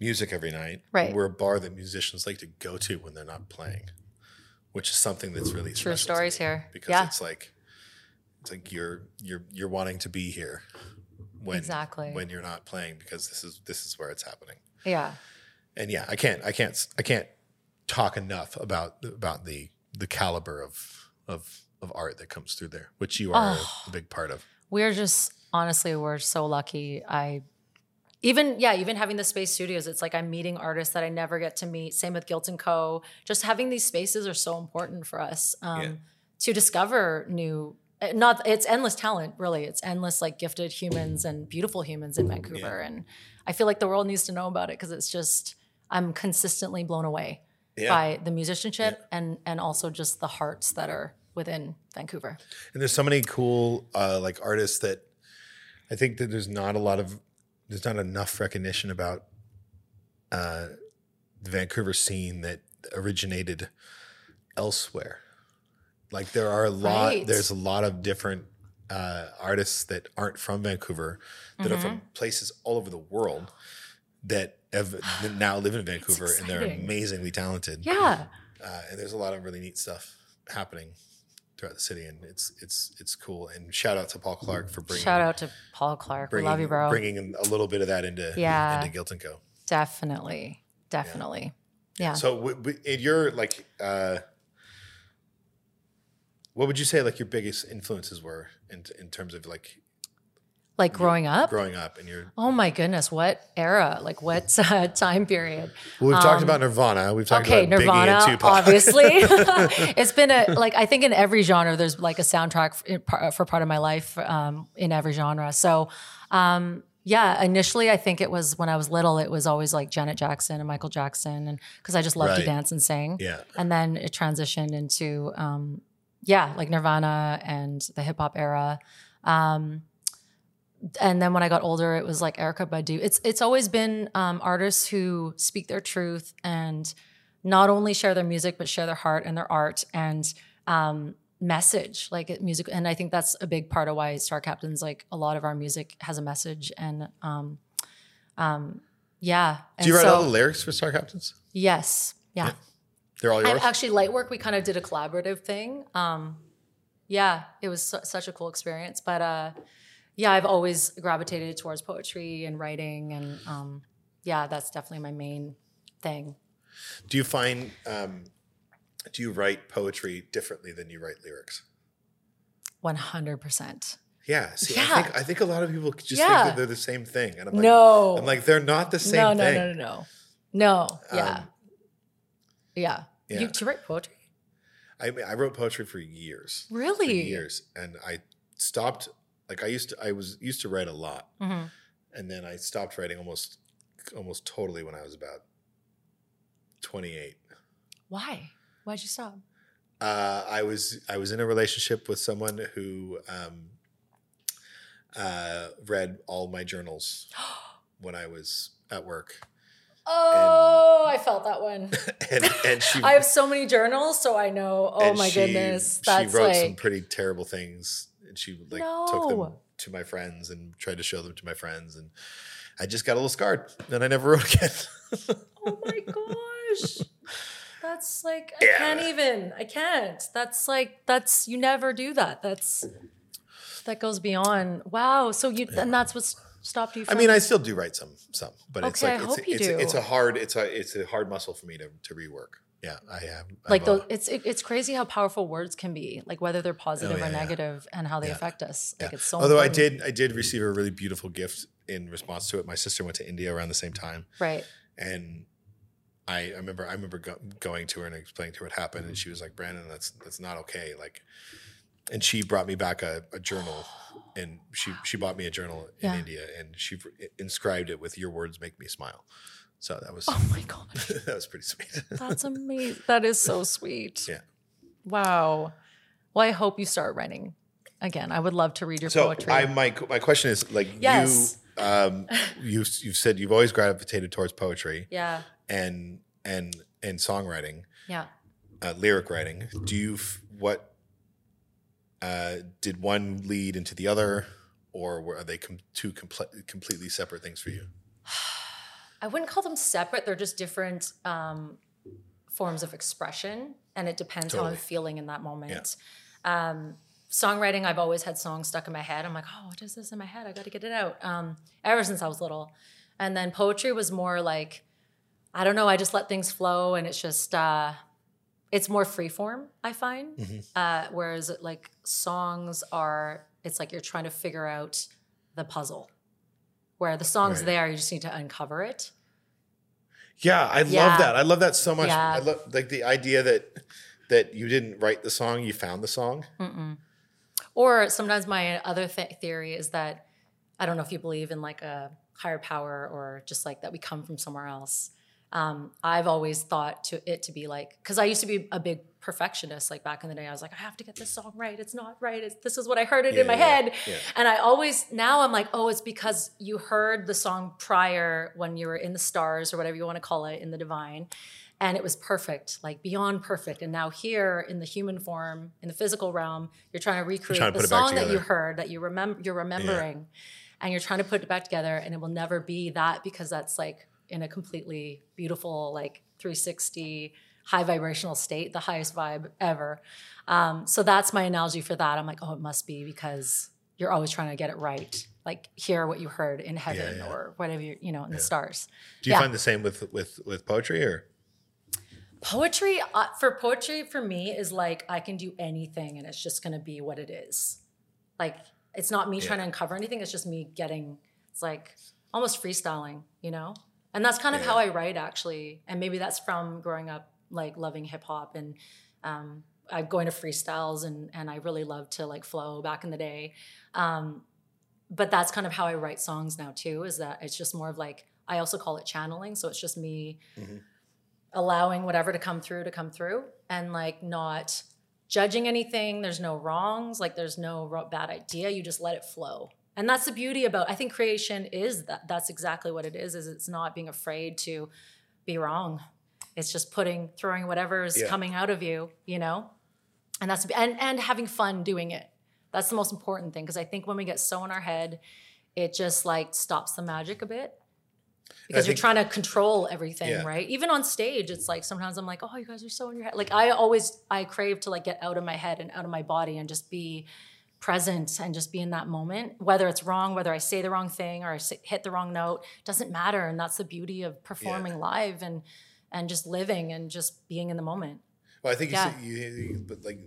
music every night, Right. We're a bar that musicians like to go to when they're not playing, which is something that's really True special to stories me here. because Yeah, it's like it's like you're you're you're wanting to be here when Exactly. when you're not playing because this is this is where it's happening. yeah. and yeah, I can't, I can't, I can't talk enough about about the the caliber of of of art that comes through there, which you are Oh. a big part of. We're just honestly, we're so lucky. I even yeah, even having the space studios, it's like I'm meeting artists that I never get to meet. Same with Guilt and Co. Just having these spaces are so important for us um, Yeah. to discover new. eh, Not it's endless talent, really. It's endless like gifted humans and beautiful humans in Vancouver, and I feel like the world needs to know about it because it's just I'm consistently blown away Yeah. by the musicianship and and also just the hearts that are within Vancouver. And there's so many cool uh, like artists that I think that there's not a lot of there's not enough recognition about uh, the Vancouver scene that originated elsewhere. Like there are a lot Right. there's a lot of different uh, artists that aren't from Vancouver that are Mm-hmm. from places all over the world that have that now live in Vancouver and they're exciting. amazingly talented Yeah. uh, and there's a lot of really neat stuff happening throughout the city, and it's it's it's cool. And shout out to Paul Clark for bringing Shout out to Paul Clark. bringing, we love you, bro. bringing a little bit of that into Yeah. into Guilt and Co. Definitely. Definitely. Yeah. So, w- w- in your like, uh, what would you say like your biggest influences were in in terms of like like growing up. growing up and your? oh my goodness. What era? Like what uh, *laughs* time period? Well, we've talked about Nirvana. We've talked Um, Okay, about Biggie Nirvana, and Tupac. *laughs* obviously. *laughs* it's been a like I think in every genre there's like a soundtrack for, par- for part of my life um, in every genre. So um, yeah, initially I think it was when I was little it was always like Janet Jackson and Michael Jackson, and because I just loved Right. to dance and sing. *laughs* yeah, and then it transitioned into um, yeah like nirvana and the hip-hop era um, and then when i got older it was like erica badu it's it's always been um, artists who speak their truth and not only share their music but share their heart and their art and um, message like it- music and i think that's a big part of why star captains like a lot of our music has a message and um, um, yeah and do you write so- all the lyrics for Star Captains? yes yeah. They're all yours. And actually, Lightwork, we kind of did a collaborative thing. Um, yeah, it was su- such a cool experience. But uh, yeah, I've always gravitated towards poetry and writing, and um, yeah, that's definitely my main thing. do you find um, do you write poetry differently than you write lyrics? One hundred percent. Yeah. See, I Yeah. think I think a lot of people just Yeah. think that they're the same thing, and I'm like, No, I'm like they're not the same no, no, thing. no, no, no, no. Yeah, Um, yeah. yeah. You do you write poetry? I mean, I wrote poetry for years, for Really? years, and I stopped. Like I used to, I was used to write a lot, Mhm. and then I stopped writing almost, almost totally when I was about 28. Why? Why'd *gasps* you stop? uh, I was I was in a relationship with someone who um, uh, read all my journals when I was at work, *laughs* Oh, I felt that one. and, and she *laughs* I have so many journals, so I know. Oh and my she- goodness, she that's wrote like some pretty terrible things and she like took them No. to my friends and tried to show them to my friends and i just got a little scarred and i never *laughs* wrote again oh my *laughs* gosh. That's like I Yeah. can't even. I can't. That's like that's you never do that. That's that goes beyond. Wow. So you and that's what s- stopped you i from mean i still do write some some but it's Okay, like I it's, hope you it's, do. it's a hard it's a it's a hard muscle for me to, to rework yeah i have I like have a- those, it's it, it's crazy how powerful words can be, like whether they're positive Oh, yeah, or yeah. negative and how they Yeah. affect us. Like it's so. although i important. did i did receive a really beautiful gift in response to it my sister went to india around the same time right. and I, I remember I remember go, going to her and explaining to her what happened, Mm-hmm. and she was like, "Brandon, that's that's not okay." Like, and she brought me back a, a journal, and she she bought me a journal in Yeah. India, and she inscribed it with "Your words make me smile." So that was Oh my god, *laughs* that was pretty sweet. that's amazing. that is so sweet. Yeah. Wow. Well, I hope you start writing again. I would love to read your so poetry. I my my question is like Yes. you um you you've said you've always gravitated towards poetry Yeah. and and and songwriting. yeah. uh, lyric writing. Do you f- what uh, did one lead into the other, or were are they com- two comple- completely separate things for you? I wouldn't call them separate. They're just different um, forms of expression, and it depends how I'm Totally. feeling in that moment. Um, songwriting, I've always had songs stuck in my head. I'm like, oh, what is this in my head? I got to get it out. Um, ever since I was little, and then poetry was more like, I don't know. I just let things flow, and it's just uh, it's more free form. I find, Mm-hmm. uh, whereas like songs are, it's like you're trying to figure out the puzzle. Where the song's Right. there, you just need to uncover it. Yeah, I Yeah. love that. I love that so much. Yeah. I love like the idea that that you didn't write the song, you found the song. Or sometimes my other th- theory is that I don't know if you believe in like a higher power or just like that we come from somewhere else. Um, I've always thought to it to be like because I used to be a big perfectionist. Like back in the day, I was like, I have to get this song right. It's not right. It's, this is what I heard it in Yeah, my yeah, head. yeah. And I always now I'm like, oh, it's because you heard the song prior when you were in the stars or whatever you want to call it in the divine, and it was perfect, like beyond perfect. And now here in the human form, in the physical realm, you're trying to recreate trying to the put it back song that you together. heard that you remember you're remembering, and you're trying to put it back together, and it will never be that because that's like in a completely beautiful like 360 high vibrational state, the highest vibe ever. Um, so that's my analogy for that. I'm like, oh, it must be because you're always trying to get it right. Like hear what you heard in heaven yeah. or whatever you you know in the Yeah. stars. Do you Yeah. find the same with with with poetry or? Poetry uh, for poetry for me is like I can do anything and it's just gonna be what it is. Like it's not me Yeah. trying to uncover anything. It's just me getting. It's like almost freestyling, you know. And that's kind of Yeah. how I write actually. And maybe that's from growing up like loving hip hop and um, I'm going to freestyles and and I really love to like flow back in the day. Um, but that's kind of how I write songs now too. Is that it's just more of like I also call it channeling. So it's just me Mhm. allowing whatever to come through to come through and like not judging anything. There's no wrongs. Like there's no ro- bad idea. You just let it flow. And that's the beauty about I think creation is that that's exactly what it is. Is it's not being afraid to be wrong. It's just putting throwing whatever's Yeah. coming out of you. You know, and that's and and having fun doing it. That's the most important thing because I think when we get so in our head, it just like stops the magic a bit because think- you're trying to control everything, Yeah. right? Even on stage, it's like sometimes I'm like, oh, you guys are so in your head. Like I always I crave to like get out of my head and out of my body and just be present and just be in that moment whether it's wrong whether i say the wrong thing or i s- hit the wrong note doesn't matter and that's the beauty of performing live and and just living and just being in the moment Well, I think you, Yeah. said, you, you but like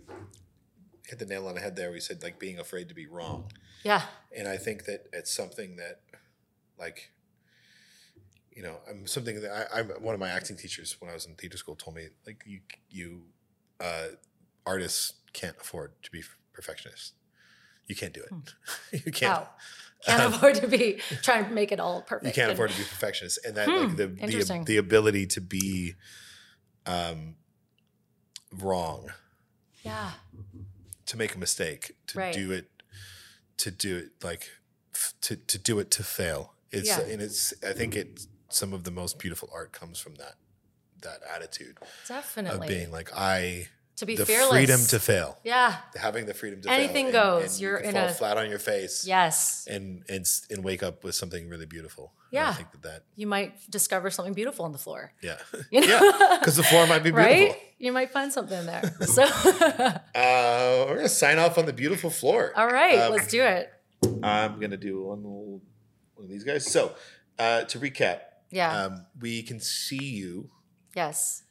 hit the nail on the head there. We said like being afraid to be wrong. yeah and I think that it's something that, like, you know, I'm something that I, I'm one of my acting teachers when I was in theater school told me like you you uh, artists can't afford to be perfectionists. You can't do it. *laughs* you can't. Hmm. Wow. Can't Um, afford to be trying to make it all perfect. You can't and- afford to be perfectionist, and that Hmm, like the, the interesting. the ability to be um, wrong, Yeah. to make a mistake, to Right. do it, to do it like f- to to do it to fail. It's Yeah. and it's I think it some of the most beautiful art comes from that that attitude of Definitely. being like I to be the fearless. freedom to fail, Yeah. having the freedom to Anything fail and- goes. and you You're can in fall a- flat on your face, Yes. and and s- and wake up with something really beautiful. And I Yeah. think that that You might discover something beautiful on the floor. yeah You know? yeah because the floor might be *laughs* Right? beautiful. You might find *laughs* something there. So *laughs* Uh, we're gonna sign off on the beautiful floor. all right, Um, let's do it. I'm gonna do one little- one of these guys. So uh, to recap, Yeah. um, we can see you yes.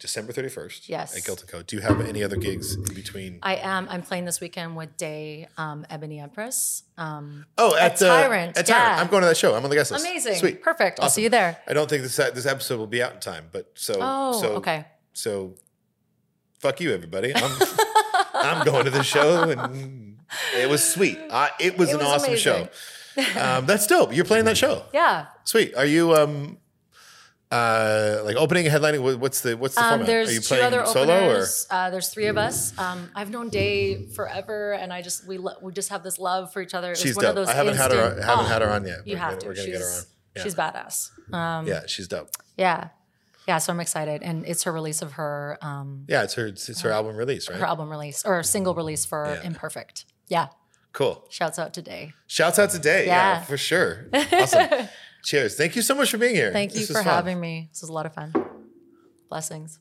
December 31st. Yes. At Gilton Co. Do you have any other gigs in between? I am. I'm playing this weekend with Day um, Ebony Empress. Um, oh, at Tyrant, At Tyrant. yeah. I'm going to that show. I'm on the guest list. amazing. Sweet. Perfect. I'll Awesome. see you there. I don't think this this episode will be out in time, but so Oh, so *laughs* okay. *laughs* so. Fuck you, everybody. I'm *laughs* I'm going to the show, and it was sweet. I, it was It an was awesome amazing. show. Um, that's dope. You're playing that show. Yeah. Sweet. Are you um uh like opening headlining? What- What's the what's the Um, format? Are you there's two playing other solo or openers. Uh, there's three of us. Um, I've known Day forever, and I just we lo- we just have this love for each other. It was she's one dope. of those I haven't had her instant- haven't oh, had her on yet. You we're have gonna, to. We're gonna she's, get her on. Yeah. she's badass. Um, Yeah, she's dope. yeah, yeah. So I'm excited, and it's her release of her um, Yeah, it's her it's, it's her album release, right? her album release or single release for Yeah. Imperfect. Yeah. Cool. Shouts out to Day. Shouts out to Day. Yeah. Yeah. for sure. Awesome. *laughs* Cheers. Thank you so much for being here. Thank you This for was fun. having me. This was a lot of fun. Blessings.